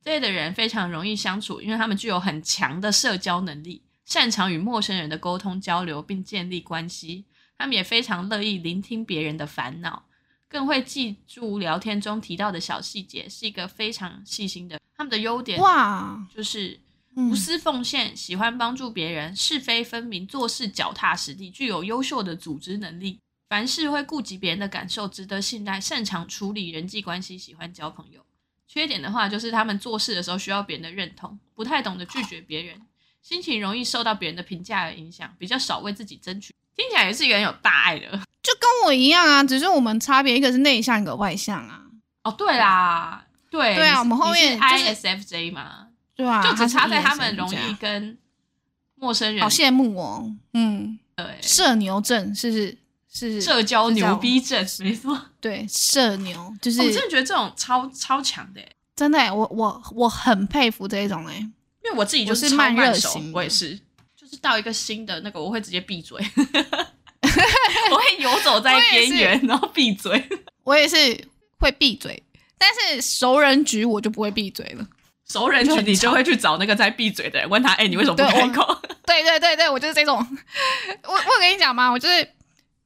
S3: 这类的人非常容易相处，因为他们具有很强的社交能力，擅长与陌生人的沟通交流并建立关系。他们也非常乐意聆听别人的烦恼，更会记住聊天中提到的小细节，是一个非常细心的。他们的优点
S1: 哇，
S3: 就是
S1: 嗯
S3: 无私奉献，喜欢帮助别人，是非分明，做事脚踏实地，具有优秀的组织能力，凡事会顾及别人的感受，值得信赖，擅长处理人际关系，喜欢交朋友。缺点的话就是他们做事的时候需要别人的认同，不太懂得拒绝别人，心情容易受到别人的评价而影响，比较少为自己争取。听起来也是一个很有大爱的。
S1: 就跟我一样啊，只是我们差别一个是内向，一个外向啊。
S3: 哦，对啦，对，
S1: 对啊
S3: 你是
S1: 我们后面
S3: 你
S1: 就是
S3: 是 ISFJ 嘛，
S1: 对啊，
S3: 就只差在他
S1: 是 ESFJ
S3: 们容易跟陌生人
S1: 好羡慕啊哦，嗯，
S3: 对
S1: 社牛症是是是
S3: 社交
S1: 是这样
S3: 牛逼症，没错。哦
S1: 对社牛就是、
S3: 我真的觉得这种超超强的欸，
S1: 真的、欸，我我我很佩服这一种哎、
S3: 因为我自己就
S1: 我是
S3: 超
S1: 慢热
S3: 慢熟
S1: 型，的
S3: 我也是，就是到一个新的那个，我会直接闭嘴， 我会游走在边
S1: 我也
S3: 缘，然后闭嘴。
S1: 我也是会闭嘴，但是熟人局我就不会闭嘴了。
S3: 熟人
S1: 就
S3: 群
S1: 很
S3: 你就
S1: 吵
S3: 会去找那个在闭嘴的人，问他：“哎、你为什么不
S1: 对
S3: 开
S1: 我
S3: 口
S1: 对对对对，我就是这种。我我跟你讲嘛，我就是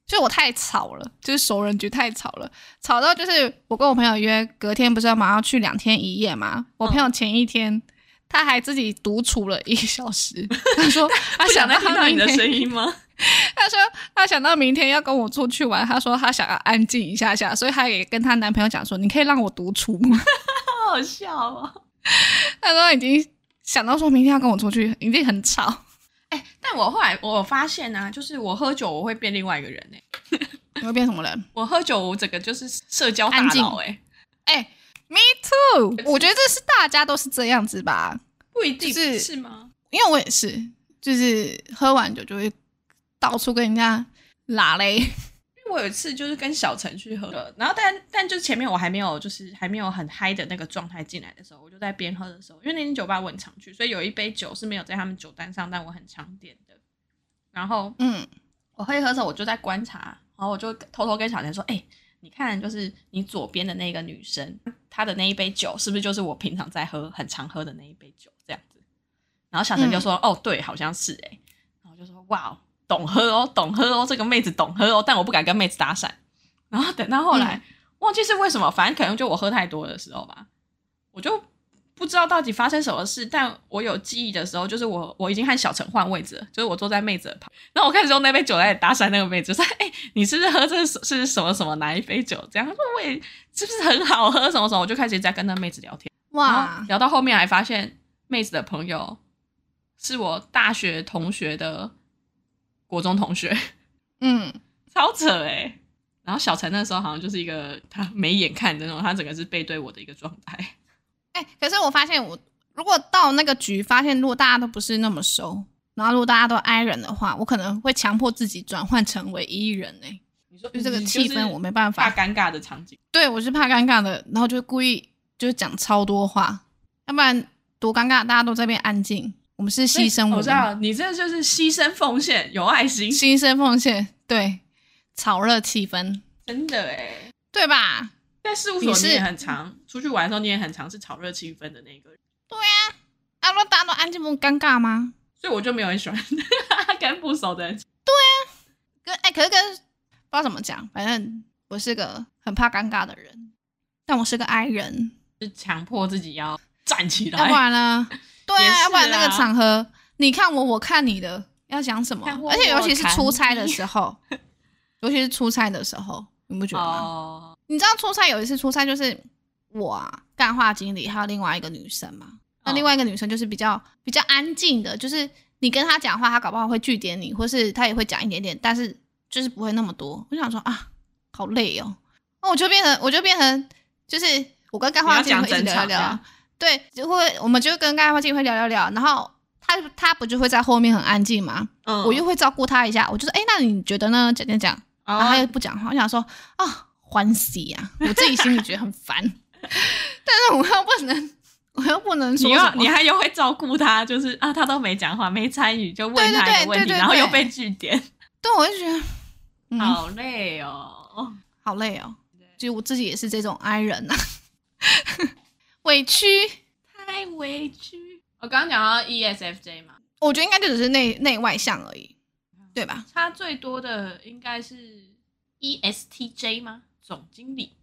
S1: 就是我太吵了，就是熟人局太吵了，吵到就是我跟我朋友约隔天不是要马上去两天一夜嘛，我朋
S3: 嗯
S1: 友前一天。他还自己独处了一个小时， 他说他？”
S3: 不想
S1: 到
S3: 再听到你的
S1: 明天
S3: 声音吗？
S1: 她说她想到明天要跟我出去玩，她说她想要安静一下下，所以她也跟她男朋友讲说：“你可以让我独处吗
S3: 好好笑哦！？”
S1: 她说已经想到说明天要跟我出去，一定很 吵。
S3: 哎、但我后来我发现啊，就是我喝酒我会变另外一个人哎、
S1: 你会变什么人
S3: 我喝酒我整个就是社交大
S1: 安静
S3: 佬哎、
S1: ？Me too。我觉得这是大家都是这样子吧，
S3: 不一定
S1: 就是
S3: 是吗？
S1: 因为我也是，就是喝完酒就会到处跟人家拉嘞。
S3: 我有一次就是跟小陈去喝的，然后但但就是前面我还没有就是还没有很嗨的那个状态进来的时候，我就在边喝的时候，因为那间酒吧我很常去，所以有一杯酒是没有在他们酒单上，但我很常点的。然后
S1: 嗯，
S3: 我喝一喝的时候，我就在观察，然后我就偷偷跟小陈说：“哎、你看，就是你左边的那个女生，她的那一杯酒是不是就是我平常在喝、很常喝的那一杯酒这样子？”然后小陈就说：“哦，对，好像是哎、然后我就说：“哇，懂喝哦，懂喝哦，这个妹子懂喝哦。”但我不敢跟妹子搭讪。然后等到后来，忘记是为什么，反正可能就我喝太多的时候吧，我就不知道到底发生什么事。但我有记忆的时候，就是我我已经和小陈换位置了，就是我坐在妹子的旁。然后我开始用那杯酒来搭讪那个妹子，就说：“ 哎、你是不是喝这是是什么什么哪一杯酒？”这样她说：“我也是不是很好喝什么什么？”我就开始在跟那妹子聊天，然后
S1: 哇，
S3: 聊到后面还发现妹子的朋友是我大学同学的国中同学，
S1: 嗯，
S3: 超扯哎、然后小陈那时候好像就是一个他没眼看的那种，他整个是背对我的一个状态。
S1: 哎、可是我发现我如果到那个局，发现如果大家都不是那么熟，然后如果大家都 I 人的话，我可能会强迫自己转换成为 E 人哎、
S3: 你说
S1: 就这个气氛我没办
S3: 怕
S1: 法。
S3: 尴尬的场景，
S1: 对我是怕尴尬的，然后就故意就是讲超多话，要不然多尴尬，大家都在那边安静，我们是牺牲
S3: 我
S1: 我
S3: 知
S1: 们
S3: 道你这就是牺牲奉献，有爱心，
S1: 牺牲奉献，对，炒热气氛，
S3: 真的哎、
S1: 对吧？
S3: 在事务所
S1: 你是
S3: 你也很常出去玩的时候，你也很常是炒热气氛的那个人，
S1: 啊，如果大家都安静，不尴尬吗？
S3: 所以我就没有很喜欢 跟不熟的人。
S1: 跟哎、可是跟不知道怎么讲，反正我是个很怕尴尬的人，但我是个 I 人，
S3: 是强迫自己要站起
S1: 要不
S3: 来，
S1: 然呢？对
S3: 也是
S1: 啊，
S3: 啊
S1: 要不然那个场合，你看我，我看你的，要讲什么
S3: 看货？
S1: 而且尤其是
S3: 看
S1: 出差的时 候，尤其是出差的时候，你不觉得吗？
S3: 哦，
S1: 你知道出差有一次出差就是我啊，干化经理还有另外一个女生嘛。那
S3: 哦
S1: 另外一个女生就是比较比较安静的，就是你跟她讲话，她搞不好会据点你，或是她也会讲一点点，但是就是不会那么多。我就想说啊，好累哦，那我就变成我就变成就是我跟干化经理会一直聊聊
S3: 你要讲整场这
S1: 聊
S3: 样
S1: 啊，对，就会我们就跟干化经理会聊聊聊，然后她她不就会在后面很安静嘛，
S3: 嗯哦
S1: 我又会照顾她一下，我就说哎、那你觉得呢？讲讲讲，然后他又不讲话，我想说啊，欢喜 啊，我自己心里觉得很烦，但是我又不能，我又不能
S3: 你
S1: 说
S3: 又
S1: 什么
S3: 你还又会照顾他，就是啊，他都没讲话，没参与，就问
S1: 对对
S3: 他
S1: 对
S3: 一个问题，
S1: 对对
S3: 然后又
S1: 对
S3: 被据点，
S1: 对，我就觉得嗯，好
S3: 好累哦。
S1: 累哦，就我自己也是这种 i 人啊， 委屈，
S3: 太委屈。我刚刚讲到 E ESFJ 嘛，
S1: 我觉得应该就只是内内外向而已，对吧？
S3: 差最多的应该是 E ESTJ 吗？总经理，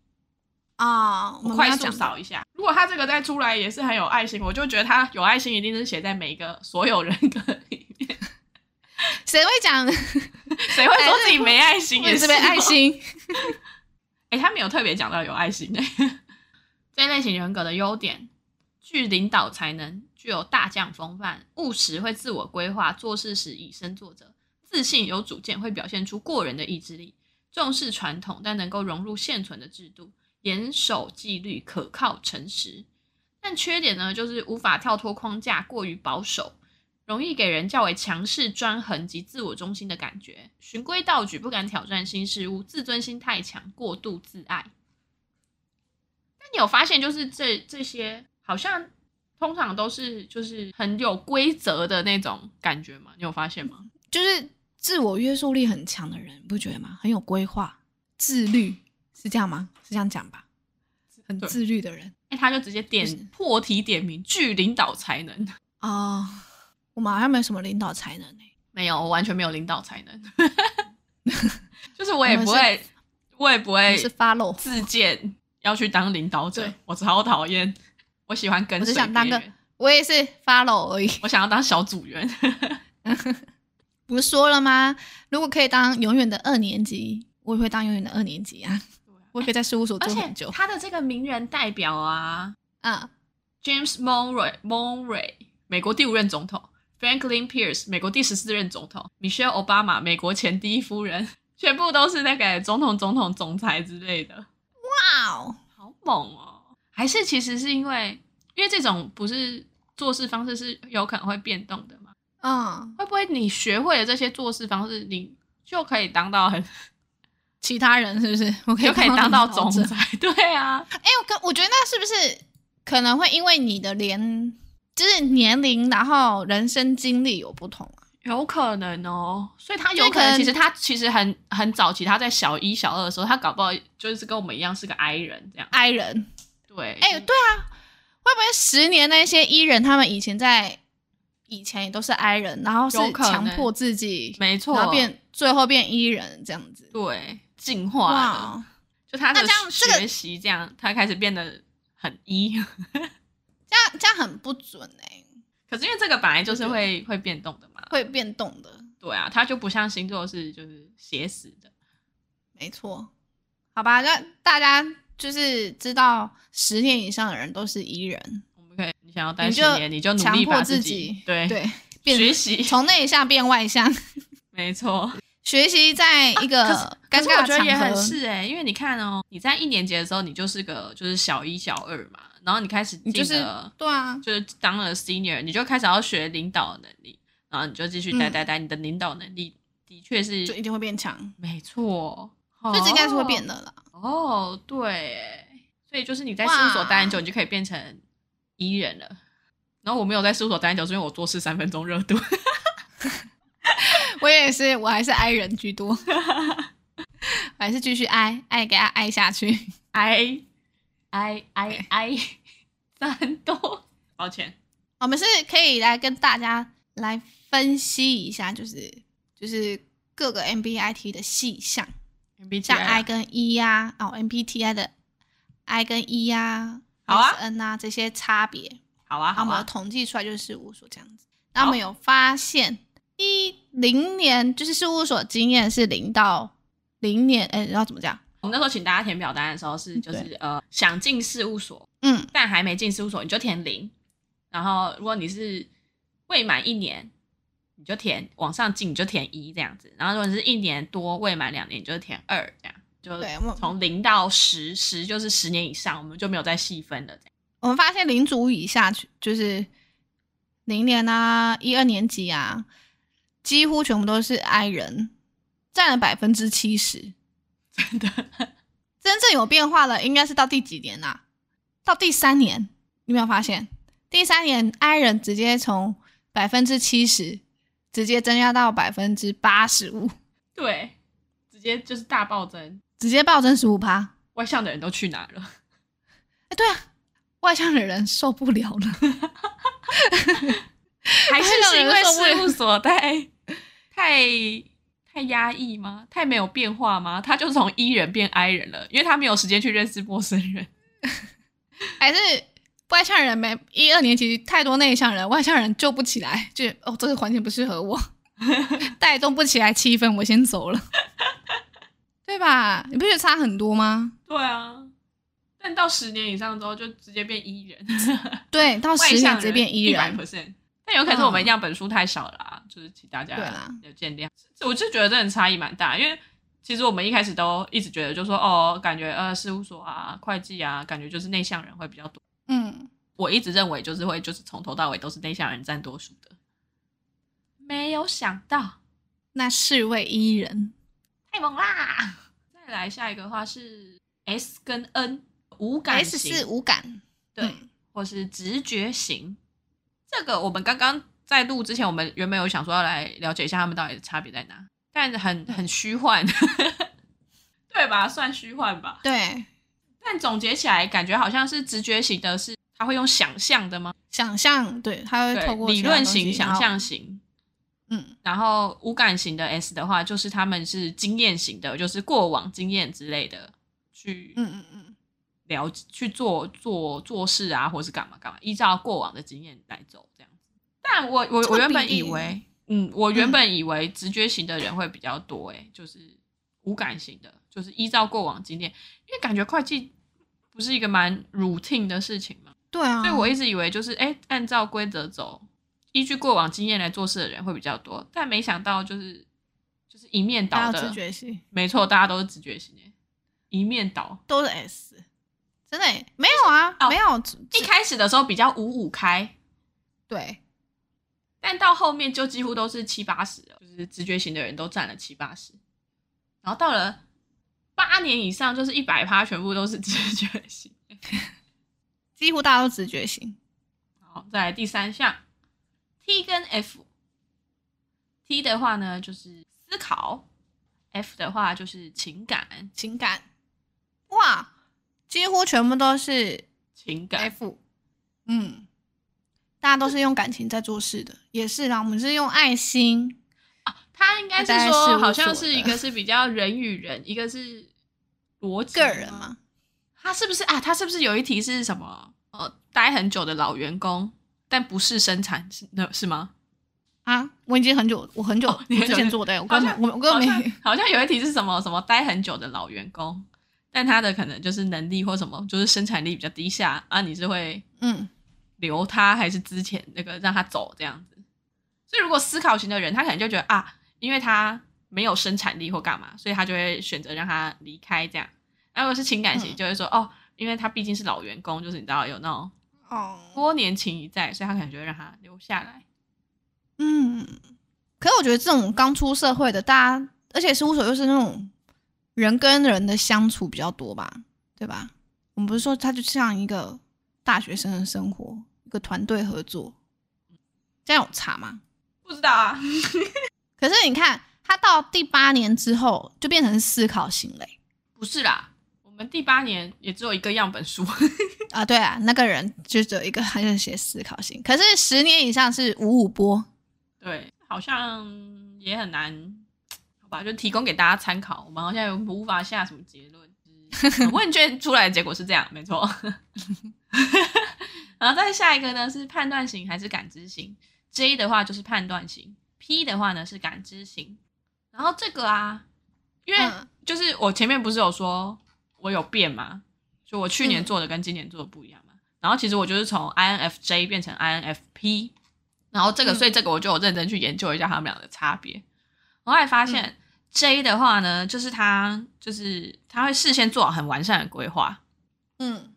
S1: 啊，我
S3: 我
S1: 们
S3: 嗯快
S1: 要
S3: 速
S1: 讲
S3: 扫一下。如果他这个再出来也是很有爱心，我就觉得他有爱心一定是写在每一个所有人格里面。
S1: 谁会讲？
S3: 谁会说自己没爱心？
S1: 我也
S3: 也是
S1: 哎是被
S3: 哦
S1: 爱。心，
S3: 哎、他没有特别讲到有爱心、 这一类型人格的优点：具领导才能，具有大将风范，务实，会自我规划，做事时以身作则，自信有主见，会表现出过人的意志力，重视传统，但能够融入现存的制度，严守纪律，可靠诚实。但缺点呢，就是无法跳脱框架，过于保守，容易给人较为强势、专横及自我中心的感觉，循规蹈矩，不敢挑战新事物，自尊心太强，过度自爱。但你有发现，就是这这些好像通常都是就是很有规则的那种感觉嘛？你有发现吗？
S1: 就是自我约束力很强的人，你不觉得吗？很有规划、自律，是这样吗？是这样讲吧？很
S3: 对
S1: 自律的人。
S3: 哎、他就直接
S1: 就是
S3: 点破题点名，具领导才能。
S1: 哦，我们好像没有什么领导才能、欸、
S3: 没有，我完全没有领导才能， 就是我也不
S1: 我们
S3: 会，我也不
S1: 我
S3: 会
S1: 是 follow，
S3: 自荐要去当领导者
S1: 对，
S3: 我超讨厌。我喜欢跟
S1: 我
S3: 随
S1: 只
S3: 别
S1: 想
S3: 人，
S1: 当个我也是 follow 而已。
S3: 我想要当小组员。
S1: 不是说了吗？如果可以当永远的二年级，我也会当永远的二年级啊！我也可以在事务所
S3: 而
S1: 做很
S3: 且
S1: 久。
S3: 他的这个名人代表啊
S1: 啊，
S3: ，James Monroe Monroe，美国第五任总统；Franklin Pierce，美国第十四任总统；Michelle Obama，美国前第一夫人， 全部都是那个总统、总统、总裁之类的。
S1: 哇哦，
S3: 好猛哦！还是其实是因为，因为这种不是做事方式是有可能会变动的嘛？
S1: 嗯，
S3: 会不会你学会了这些做事方式，你就可以当到很，
S1: 其他人是不是？我可以
S3: 就可以当到
S1: 领导
S3: 总
S1: 者
S3: 裁？ 对啊，
S1: 哎、我可我觉得那是不是可能会因为你的年，就是年龄，然后人生经历有不同啊？
S3: 有可能哦。所以他有
S1: 就可
S3: 可能，
S1: 能
S3: 其实他其实很很早期，他在小一、小二的时候，他搞不好就是跟我们一样是个 I 人这样。
S1: 爱人，
S3: 对，
S1: 哎、对啊，会不会十年那些伊人他们以前在以前也都是 I 人，然后是
S3: 有可能
S1: 强迫自己，
S3: 没错，
S1: 然后变最后变 E 人这样子？
S3: 对进化了，
S1: 哦，
S3: 就他的
S1: 那这样这个
S3: 学习这样，他开始变得很 E。
S1: 这样这样很不准哎、
S3: 可是因为这个本来就是会会变动的嘛，
S1: 会变动的，
S3: 对啊，它就不像星座是就是写死的，
S1: 没错。好吧，那大家就是知道十年以上的人都是 E 人，
S3: 我们可以你想要待
S1: 你
S3: 十
S1: 就
S3: 年，你就努
S1: 强
S3: 力
S1: 迫
S3: 把
S1: 自
S3: 己
S1: 己
S3: 对
S1: 对，变
S3: 学习，
S1: 从内向变外向，
S3: 没错。
S1: 学习在一个
S3: 啊可
S1: 尴
S3: 是
S1: 尬的
S3: 我觉得也
S1: 场
S3: 很
S1: 合，
S3: 是哎、因为你看哦，你在一年级的时候，你就是个就是小一小二嘛，然后你开始
S1: 你就
S3: 进
S1: 是
S3: 了
S1: 对啊，
S3: 就是当了 senior，你就开始要学领导能力，然后你就继续待
S1: 嗯
S3: 待待，你的领导能力的确是
S1: 就一定会变强，
S3: 没错，
S1: 就这应该是会
S3: 哦
S1: 变的啦。
S3: 哦，对耶，所以就是你在事务所待很久，你就可以变成 E 人了。然后我没有在事务所待很久，是因为我做事三分钟热度。
S1: 我也是，我还是 I 人居 多，还是继续 I 爱给他 I 下去。
S3: I I I I 三多，抱歉，
S1: 我们是可以来跟大家来分析一下，就是就是各个 MBIT 的细项，像 I 跟 E 呀、哦 MBTI 的 I 跟 E 呀、
S3: 好啊
S1: N 啊这些差别。
S3: 好啊
S1: 然后
S3: 好
S1: 我们有
S3: 啊，
S1: 统计出来就是事务所这样子。那我们有发现一零年就是事务所经验是零到零年，哎、然后怎么讲？
S3: 我们那时候请大家填表单的时候是，就是呃，想进事务所
S1: 嗯，
S3: 但还没进事务所，你就填零。然后如果你是未满一年，你就填往上进，你就填一这样子。然后如果你是一年多未满两年，你就填二这样。
S1: 对
S3: 就
S1: 我
S3: 从零到十，十就是十年以上，我们就没有再细分了。这样
S1: 我们发现零组以下去就是零年啊、一二年级啊，几乎全部都是 I 人，占了百分之七十。
S3: 真的，
S1: 真正有变化的应该是到第几年啊？到第三年，你有没有发现？第三年 I 人直接从百分之七十直接增加到百分之八十五，
S3: 对，直接就是大暴增。
S1: 直接暴增十五趴。
S3: 外向的人都去哪了？
S1: 哎，对啊，外向的人受不了了。
S3: 还是是因
S1: 外向的
S3: 为
S1: 人受不了
S3: 事务所太 太太压抑吗？太没有变化吗？他就从 E 人变 I 人了，因为他没有时间去认识陌生人。
S1: 还是外向人没一二年级太多内向人，外向人救不起来，就哦这个环境不适合 我，带动不起来气氛，我先走了，对吧？你不觉得差很多吗？
S3: 对啊，但到十年以上之后，就直接变 E 人，
S1: 对，到
S3: 外
S1: 十年
S3: 向
S1: 直接变 E
S3: 百
S1: 人，
S3: percent。但有可能是我们样本数太少了啊，就是请大家
S1: 对啦
S3: 有见谅。这我就觉得这很差异蛮大，因为其实我们一开始都一直觉得，就说哦，感觉呃事务所啊、会计啊，感觉就是内向人会比较多。
S1: 嗯，
S3: 我一直认为就是会就是从头到尾都是内向人占多数的，没有想到
S1: 那是位 E 人，
S3: 太猛啦！ 再来下一个话是 S 跟 N 无感
S1: S
S3: 型
S1: 是无感，
S3: 对、
S1: 嗯
S3: 或是直觉型。这个我们刚刚在录之前，我们原本有想说要来了解一下他们到底差别在哪，但很很虚幻， 对吧？算虚幻吧。
S1: 对，
S3: 但总结起来，感觉好像是直觉型的是他会用想象的吗？
S1: 想象，对，他会透
S3: 对，
S1: 过
S3: 理
S1: 其他东
S3: 论
S1: 西
S3: 型、想，
S1: 然后
S3: 象型。
S1: 嗯，
S3: 然后无感型的 S 的话，就是他们是经验型的，就是过往经验之类的去
S1: 嗯嗯嗯，
S3: 了解、去做做做事啊，或是干嘛干嘛，依照过往的经验来走这样子。但我我
S1: 这个
S3: 我原本
S1: 比
S3: 以
S1: 例
S3: 为，嗯，我原本以为直觉型的人会比较多、欸，就是无感型的，就是依照过往经验，因为感觉会计不是一个蛮 routine 的事情嘛。
S1: 对啊，
S3: 所以我一直以为就是哎、诶按照规则走，依据过往经验来做事的人会比较多，但没想到就是就是一面
S1: 大
S3: 倒
S1: 家有
S3: 的，
S1: 自觉性
S3: 没错，大家都是直觉型耶，一面倒。
S1: 都是 S，真的耶没有啊，
S3: 哦
S1: 没有，
S3: 一开始的时候比较五五开，
S1: 对。
S3: 但到后面就几乎都是七八十了，就是直觉型的人都占了七八十，然后到了八年以上就是一百趴，全部都是直觉型。
S1: 几乎大家都直觉型。
S3: 好，再来第三项，T 跟 F。T 的话呢，就是思考；F 的话就是情感，
S1: 情感，哇，几乎全部都是
S3: 情感。
S1: F，嗯，大家都是用感情在做事的，也是啊啦，我们是用爱心，
S3: 他应该是
S1: 大概是无
S3: 说，
S1: 所
S3: 好像是
S1: 的
S3: 一个是比较人与人，一个是逻辑
S1: 个人
S3: 吗？
S1: 嘛，
S3: 他是不是啊？他是不是有一题是什么？呃，待很久的老员工，但不是生产，是那是吗？
S1: 啊，我已经很久，我很久
S3: 哦你很
S1: 之
S3: 久
S1: 前做的，我根本
S3: 好像
S1: 我我根
S3: 好
S1: 本
S3: 像
S1: 没，
S3: 好像有一题是什么什么待很久的老员工，但他的可能就是能力或什么，就是生产力比较低下啊，你是会
S1: 嗯，
S3: 留他还是之前那个让他走这样子。所以如果思考型的人，他可能就觉得啊，因为他没有生产力或干嘛，所以他就会选择让他离开这样。那如果是情感型，
S1: 嗯
S3: 就会说、哦，因为他毕竟是老员工，就是你知道有那种
S1: 哦，
S3: 多年情谊在，所以他可能就会让他留下来。
S1: 嗯，可是我觉得这种刚出社会的，大家，而且事务所又是那种人跟人的相处比较多吧，对吧？我们不是说他就像一个大学生的生活，一个团队合作，这样有差吗？
S3: 不知道啊，
S1: 可是你看，他到第八年之后就变成思考型嘞、
S3: 不是啦，我们第八年也只有一个样本书，
S1: 啊，对啊，那个人就只有一个，他就写思考型。可是十年以上是五五波，
S3: 对，好像也很难，好吧，就提供给大家参考。我们好像也无法下什么结论。就是问卷出来的结果是这样，没错。然后再下一个呢是判断型还是感知型？J 的话就是判断型 P 的话呢是感知型。然后这个啊，因为
S1: 嗯
S3: 就是我前面不是有说我有变嘛，就我去年
S1: 嗯
S3: 做的跟今年做的不一样嘛。然后其实我就是从 INFJ 变成 INFP，然后这个、
S1: 嗯
S3: 所以这个我就有认真去研究一下他们俩的差别。我后来发现、J
S1: 嗯
S3: 的话呢，就是他就是他会事先做好很完善的规划，
S1: 嗯，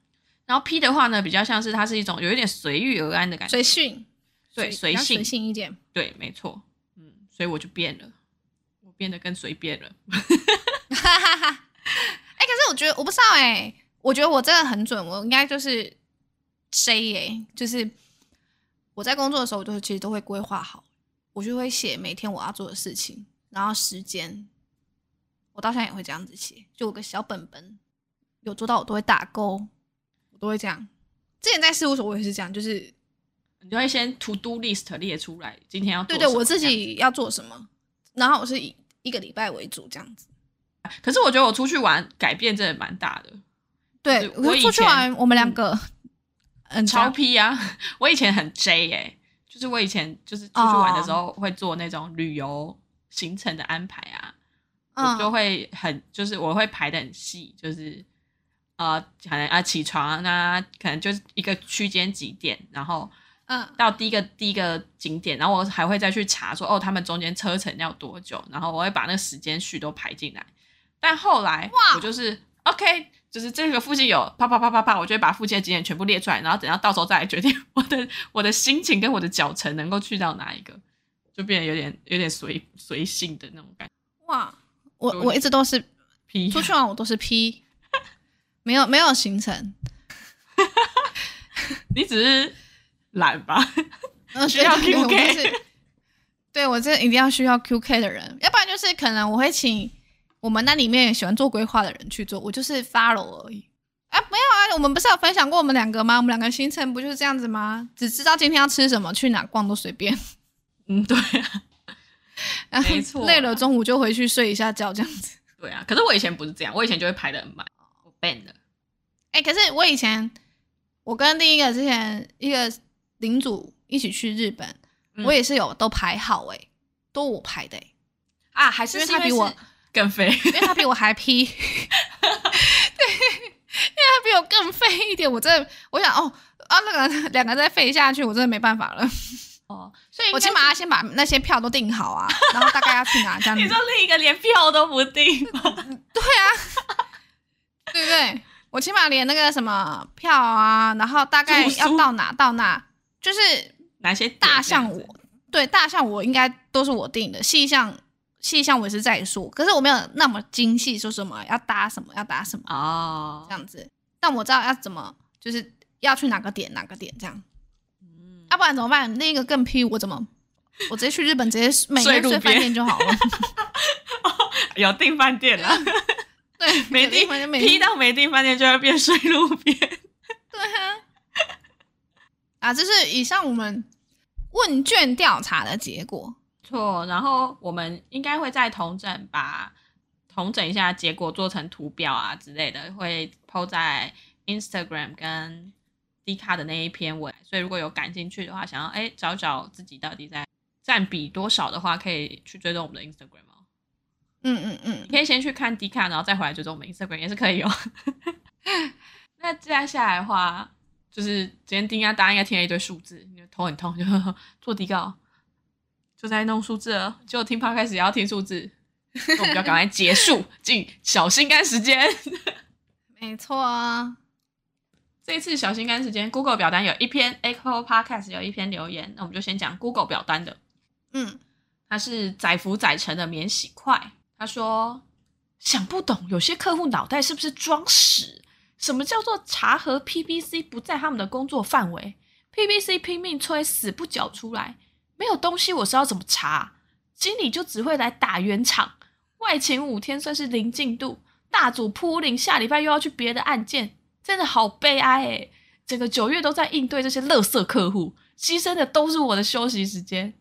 S3: 然后 P 的话呢，比较像是它是一种有一点随遇而安的感觉，
S1: 随性，
S3: 对
S1: 随比较
S3: 随性
S1: 随性一点。
S3: 对，没错，嗯，所以我就变了，我变得更随便了，
S1: 哈哈哈！哎、可是我觉得我不知道哎、我觉得我真的很准，我应该就是 J 哎、就是我在工作的时候，我就其实都会规划好，我就会写每天我要做的事情，然后时间，我到现在也会这样子写，就有个小本本，有做到我都会打勾，我都会这样。之前在事务所我也是这样，就是
S3: 你就会先 to do list 列出来，今天要做
S1: 对对
S3: 什么
S1: 我自
S3: 这样。
S1: 己要做什么，然后我是以一个礼拜为主这样子。
S3: 可是我觉得我出去玩改变真的蛮大的，
S1: 对，
S3: 我
S1: 可
S3: 以
S1: 是出去
S3: 前嗯
S1: 玩，我们两个嗯
S3: 超 P 啊！我以前很 J 哎、就是我以前就是出去玩的时候会做那种旅游行程的安排啊，
S1: 嗯
S3: 我就会很就是我会排的很细，就是呃可能啊起床啊，可能就是一个区间几点，然后
S1: 嗯
S3: 到第一个第一个景点，然后我还会再去查说哦，他们中间车程要多久，然后我会把那个时间序都排进来。但后来我就是 OK，就是这个附近有啪啪啪啪啪，我就会把附近的景点全部列出来，然后等到到时候再来决定 我的我的心情跟我的脚程能够去到哪一个，就变得有点有点随随性的那种感觉。
S1: 哇，我
S3: 就
S1: 我一直都是
S3: 屁
S1: 出去玩，我都是 P，没有没有行程，
S3: 你只是懒吧？
S1: 嗯，
S3: 需要
S1: 对对
S3: QK
S1: 对我就是对我这一定要需要 QK 的人，要不然就是可能我会请我们那里面喜欢做规划的人去做，我就是 follow 而已。啊，没有啊，我们不是有分享过我们两个吗？我们两个行程不就是这样子吗？只知道今天要吃什么，去哪逛都随便。
S3: 嗯，对啊，
S1: 然后
S3: 没错啊
S1: 累了中午就回去睡一下觉，这样子。
S3: 对啊。可是我以前不是这样，我以前就会排的很满，我 ban 了。
S1: 哎、可是我以前，我跟另一个之前一个领主一起去日本，
S3: 嗯
S1: 我也是有都排好哎、都我排的、欸，
S3: 啊，还是
S1: 因为
S3: 是
S1: 他比我
S3: 是更肥。
S1: 因为他比我还批， 对，因为他比我更废一点，我真的我想哦啊那个两个再废下去，我真的没办法了，
S3: 哦，所以应
S1: 我
S3: 该
S1: 起码要先把那些票都订好啊，然后大概要去哪这样子，
S3: 你说另一个连票都不订吗，
S1: 对不对？我起码连那个什么票啊，然后大概
S3: 住宿
S1: 要到哪到哪，就是
S3: 哪些点
S1: 大象
S3: 这
S1: 我
S3: 样子
S1: 对大象我应该都是我定的，细项细项我也是在说，可是我没有那么精细，说什么要搭什么要搭什么
S3: 哦
S1: 这，样子，但我知道要怎么就是要去哪个点哪个点这样，
S3: 嗯
S1: 要、不然怎么办？另一个更批我怎么？我直接去日本， 直接每
S3: 睡
S1: 天
S3: 路
S1: 睡饭
S3: 边
S1: 店就 好了。
S3: 有订饭店 啦，
S1: 对，
S3: 没
S1: 地
S3: 订
S1: 方就没
S3: 批到没订饭店就会变水路边。
S1: 对啊，啊，这是以上我们问卷调查的结果。
S3: 错，然后我们应该会再同整把同整一下结果做成图表啊之类的，会 PO 在 Instagram 跟 D 卡的那一篇文，所以如果有感兴趣的话，想要哎找找自己到底在占比多少的话，可以去追踪我们的 Instagram 哦。
S1: 嗯嗯嗯
S3: 你，可以先去看 D 卡，然后再回来追踪我们 Instagram 也是可以哦。 那接下来的话，就是今天丁亚大家应该听了一堆数字，你的头很痛，就 做底稿，就在弄数字了。结果听 p 开始也要听数字，那我们就要赶快结束，进小心肝时间。
S1: 没错啊。
S3: 这一次小心肝时间，Google 表单有一篇，Echo Podcast 有一篇留言，那我们就先讲 Google 表单的。
S1: 嗯，
S3: 他是载福载沉的免洗筷。他说：“想不懂，有些客户脑袋是不是装屎？什么叫做茶和 PVC 不在他们的工作范围？PVC 拼命吹，死不缴出来，没有东西我是要怎么查？经理就只会来打圆场。外勤五天算是零进度，大组铺零，下礼拜又要去别的案件，真的好悲哀诶、整个九月都在应对这些垃圾客户，牺牲的都是我的休息时间。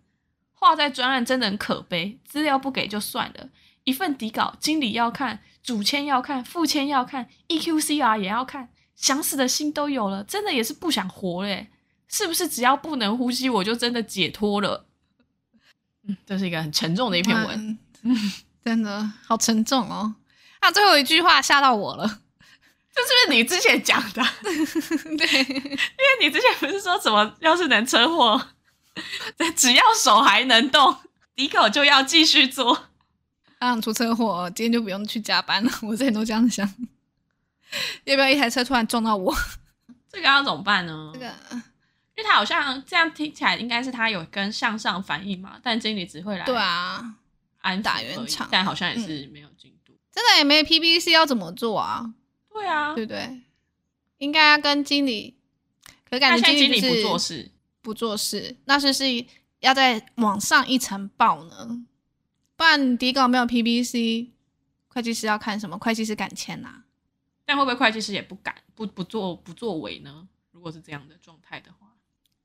S3: 画在专案真的很可悲，资料不给就算了，一份底稿经理要看，主签要看，副签要看，EQCR ，E 也要看，想死的心都有了，真的也是欸不想活嘞、是不是只要不能呼吸，我就真的解脱了？嗯这是一个很沉重的一篇文。
S1: 嗯，真的好沉重哦。那、最后一句话吓到我 了，
S3: 这是不是你之前讲的？ 因
S1: 对，
S3: 为你之前不是说什么要是能车祸， 只要手还能动，迪口就要继续做。
S1: 他啊想出车祸，今天就不用去加班了。我之前都这样想，要不要一台车突然撞 到我？
S3: 这个要怎么办呢？
S1: 这个呃
S3: 因为他好像这样听起来应该是他有跟向上反映嘛，但经理只会来
S1: 对啊，
S3: 安抚
S1: 打
S3: 而已
S1: 圆场嗯
S3: 但好像也是没有进度。
S1: 真的也没 PBC 要怎么做啊？
S3: 对啊，
S1: 对不对？应该要跟经理，可
S3: 他
S1: 感
S3: 现
S1: 觉
S3: 在经
S1: 理
S3: 理
S1: 就是
S3: 不做事，
S1: 不做事，那是不是要再往上一层报呢？不然底稿没有 PBC，会计师要看什么？会计师敢签啊呐、
S3: 但会不会会计师也不敢不不做不作为呢？如果是这样的状 态的话，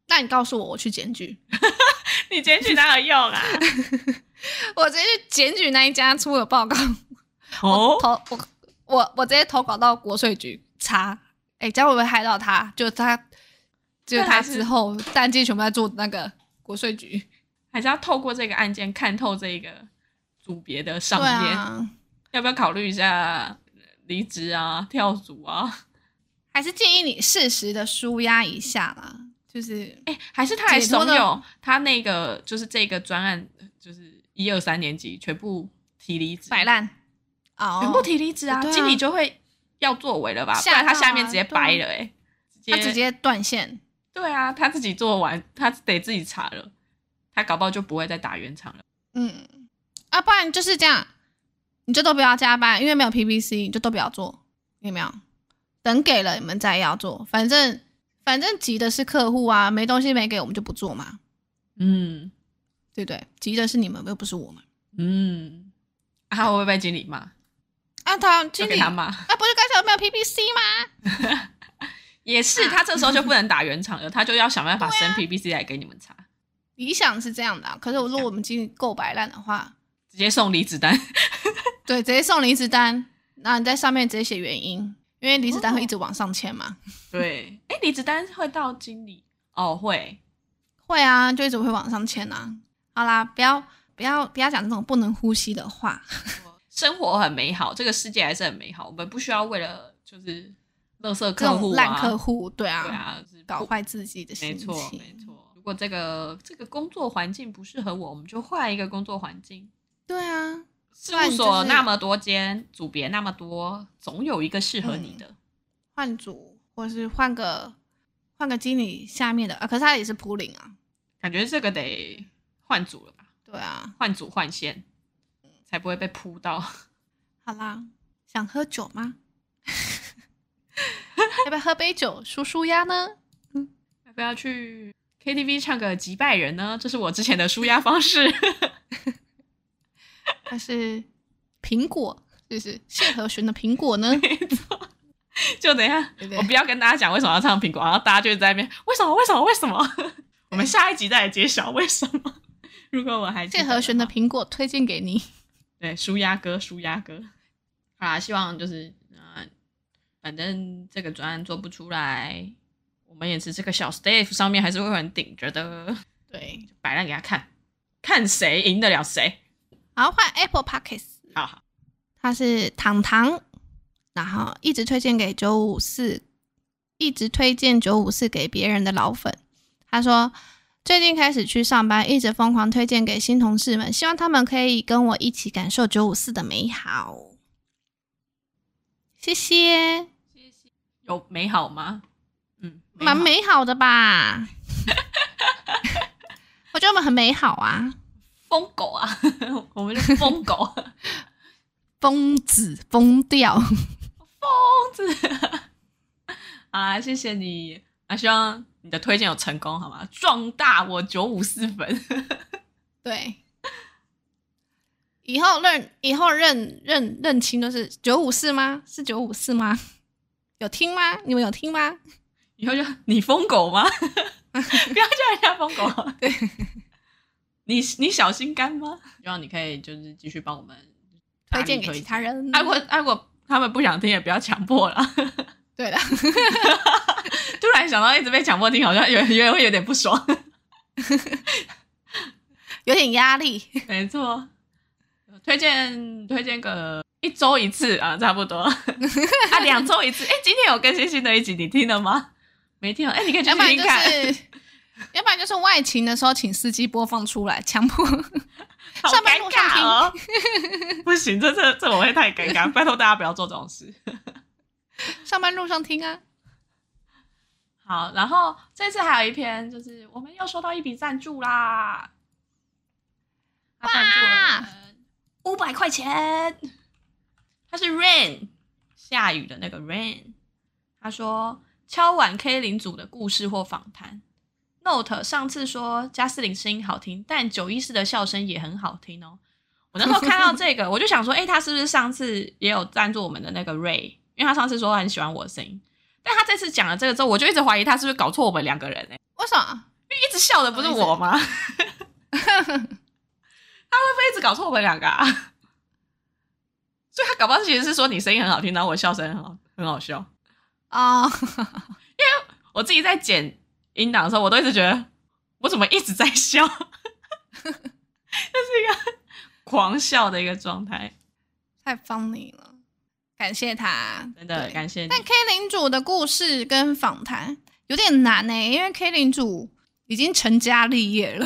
S1: 那你告诉我，我去检举，
S3: 你检举哪有 用啊？
S1: 我直接去检举那一家出了报告，
S3: 哦，
S1: 投我我我直接投稿到国税局查，哎、这样会不会害到他？就他就
S3: 但还
S1: 他
S3: 是
S1: 之后，淡季全部在做那个国税局，
S3: 还是要透过这个案件看透这个组别的上
S1: 对
S3: 面，
S1: 啊，
S3: 要不要考虑一下离职啊、跳组啊？
S1: 还是建议你适时的舒压一下啦，就是
S3: 哎、还是他还
S1: 解
S3: 怂
S1: 脱的
S3: 恿他那个就是这个专案，就是一二三年级全部提离职，
S1: 摆烂哦，
S3: 全部提离职啊，
S1: 对啊
S3: 经理就会要作为了吧？不
S1: 吓
S3: 然他
S1: 到
S3: 下面
S1: 啊
S3: 直接
S1: 对啊
S3: 掰了、欸，哎、
S1: 他直接断线，
S3: 对啊，他自己做完，他得自己查了，他搞不好就不会再打圆场了。
S1: 嗯，啊，不然就是这样，你就都不要加班，因为没有 PPC，你就都不要做，有没有？等给了你们再要做，反正反正急的是客户啊，没东西没给我们就不做嘛，
S3: 嗯
S1: 对不对？急的是你们，又不是我们。
S3: 嗯，啊、他会不会被经理骂？
S1: 啊，他
S3: 就
S1: 经
S3: 给
S1: 理，
S3: 他
S1: 啊，
S3: 骂。
S1: 不是刚才有没有 PPC 吗？
S3: 也是，
S1: 啊
S3: 他这时候就不能打圆场了，他就要想办法生 PPC 来给你们查，
S1: 理想是这样的、啊，可是我如果我们经理够摆烂的话，
S3: 直接送离子 单。
S1: 对，直接送离职单，然后你在上面直接写原因，因为离职单会一直往上签嘛。
S3: 对，哎，离子单会到经理哦，会，
S1: 会啊，就一直会往上签啊。好啦，不要不要不要讲这种不能呼吸的话。
S3: 生活很美好，这个世界还是很美好，我们不需要为了就是垃圾
S1: 这
S3: 客户
S1: 种烂
S3: 啊，
S1: 客户，对啊，
S3: 对啊，就是不
S1: 搞坏自己的
S3: 没
S1: 心情。
S3: 错没错。如果这个这个工作环境不适合我，我们就换一个工作环境。
S1: 对啊，
S3: 事
S1: 不然
S3: 务
S1: 你就
S3: 所
S1: 是
S3: 那么多间，组别那么多，总有一个适合你
S1: 嗯
S3: 的。
S1: 换组或是换个换个经理下面的啊，可是他也是普领啊。
S3: 感觉这个得换组了吧？
S1: 对啊，
S3: 换组换线，才不会被扑到。
S1: 好啦，想喝酒吗？ 要不要喝杯酒舒舒压呢？
S3: 要不要去 KTV 唱个《击败人》呢？这是我之前的舒压方式。
S1: 还是苹果？就是谢和弦的苹果 呢？
S3: 就等一下
S1: 对不，对
S3: 我不要跟大家讲为什么要唱苹果，然后大家就在那边为什么为什么为什么？我们下一集再来揭晓为什么。如果我还记得
S1: 谢和弦的
S3: 话
S1: 苹果推荐给你。
S3: 对舒压歌舒压歌，好啦，希望就是啊、呃反正这个专案做不出来，我们也是这个小 staff 上面还是会有人顶着的，
S1: 对，
S3: 摆烂给他看，看谁赢得了谁。
S1: 然后换 Apple Pockets，
S3: 好好，
S1: 它是糖糖，然后一直推荐给九五四，一直推荐九五四给别人的老粉。他说最近开始去上班，一直疯狂推荐给新同事们，希望他们可以跟我一起感受九五四的美好。谢谢，
S3: 有美好吗？嗯，
S1: 蛮
S3: 好
S1: 美好的 吧？我觉得我们很美好啊，
S3: 疯狗啊， 我们是疯狗
S1: 疯子疯掉。
S3: 疯子啊！谢谢你啊，希望你的推荐有成功好吗？壮大我九五四粉，
S1: 对，以后认以后认认认清都是九五四吗？是九五四吗？有听吗？你们有听吗？
S3: 以后就你疯狗吗？ 不要叫人家疯狗。对，你你小心肝吗？希望你可以就是继续帮我们大
S1: 推
S3: 力
S1: 荐给其他人。
S3: 啊，我啊我他们不想听也不要强迫了。
S1: 对了，
S3: 突然想到一直被强迫听，好像有有点会有点不爽。
S1: 有点压力。
S3: 没错，推荐推荐个一周一次啊，差 不多啊，两周一次。哎、今天有更新新的一集，你听了吗？没听哦，哎、你可以去
S1: 要不然
S3: 听
S1: 就
S3: 听看。
S1: 是， 要不然就是外勤的时候请司机播放出来，强迫
S3: 好
S1: 上班
S3: 尴
S1: 路上
S3: 尬哦， 不行，这这这我会太尴尬， 拜托大家不要做这种事。
S1: 上班路上听啊。
S3: 好，然后这次还有一篇，就是我们又收到一笔赞助啦，他赞助了呃五百块钱，他是 Rain 下雨的那个 Rain，他说敲碗 K 零组的故事或访谈。Note 上次说加斯林声音好听，但九一四的笑声也很好听哦。我那时候看到这个，我就想说，哎、他是不是上次也有赞助我们的那个 Ray？因为他上次说他很喜欢我的声音，但他这次讲了这个之后，我就一直怀疑他是不是搞错我们两个人哎、
S1: 为什么？
S3: 因为一直笑的不是我吗？他 会不会一直搞错我们两个啊？ 所以他搞不好其实是说你声音很好听，然后我笑声很好，很好笑。
S1: 哦，
S3: 我自己在剪音档的时候，我都一直觉得我怎么一直在笑， 这是一个狂笑的一个状态。
S1: 太 funny 了，感谢他，
S3: 真的
S1: 对
S3: 感谢你，
S1: 但 K 领主的故事跟访谈有点难呢、因为 K 领主已经成家立业了，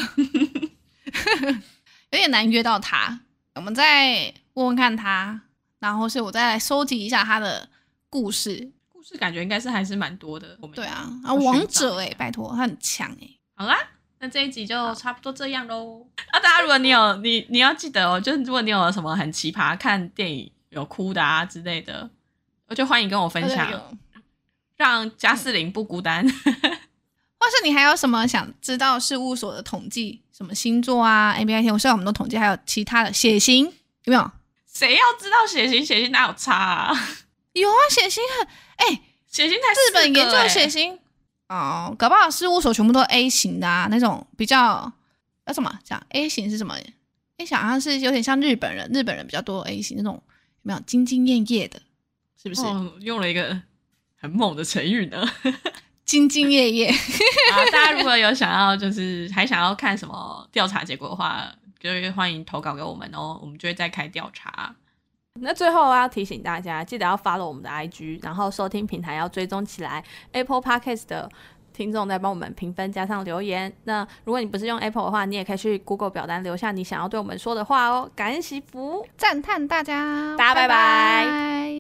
S1: 有点难约到他。我们再问问看他，然后是我再来收集一下他的故事。
S3: 故事感觉应该是还是蛮多的。我们
S1: 对啊，啊，
S3: 要寻找
S1: 王者哎、拜托，他很强哎、
S3: 好啦，那这一集就差不多这样喽。啊，大家如果你有你你要记得哦，就是如果你有什么很奇葩看电影有哭的啊之类的，我就欢迎跟我
S1: 哦
S3: 分享，让加斯林不孤单。
S1: 或是你还有什么想知道事务所的统计，什么星座啊，MBI 天，我虽然我们都统计，还有其他的血型有没有？
S3: 谁要知道血型？血型哪有差啊？
S1: 有啊，血型很哎、
S3: 血型才
S1: 日本研究血
S3: 型。
S1: 型哦，搞不好事务所全部都 A 型的啊，那种比较呃什么讲 A 型是什么？A 型好像是有点像日本人，日本人比较多 A 型那种，有没有兢兢业业的？是不是、
S3: 哦，用了一个很猛的成语呢。
S1: 兢兢业 业？
S3: 啊，大家如果有想要就是还想要看什么调查结果的话，就是欢迎投稿给我们哦，我们就会再开调查。
S2: 那最后要提醒大家，记得要 follow 我们的 IG，然后收听平台要追踪起来。Apple Podcast 的听众在帮我们评分加上留言。那如果你不是用 Apple 的话，你也可以去 Google 表单留下你想要对我们说的话哦。感恩惜福。
S1: 赞叹大家，
S2: 大家拜拜
S1: 拜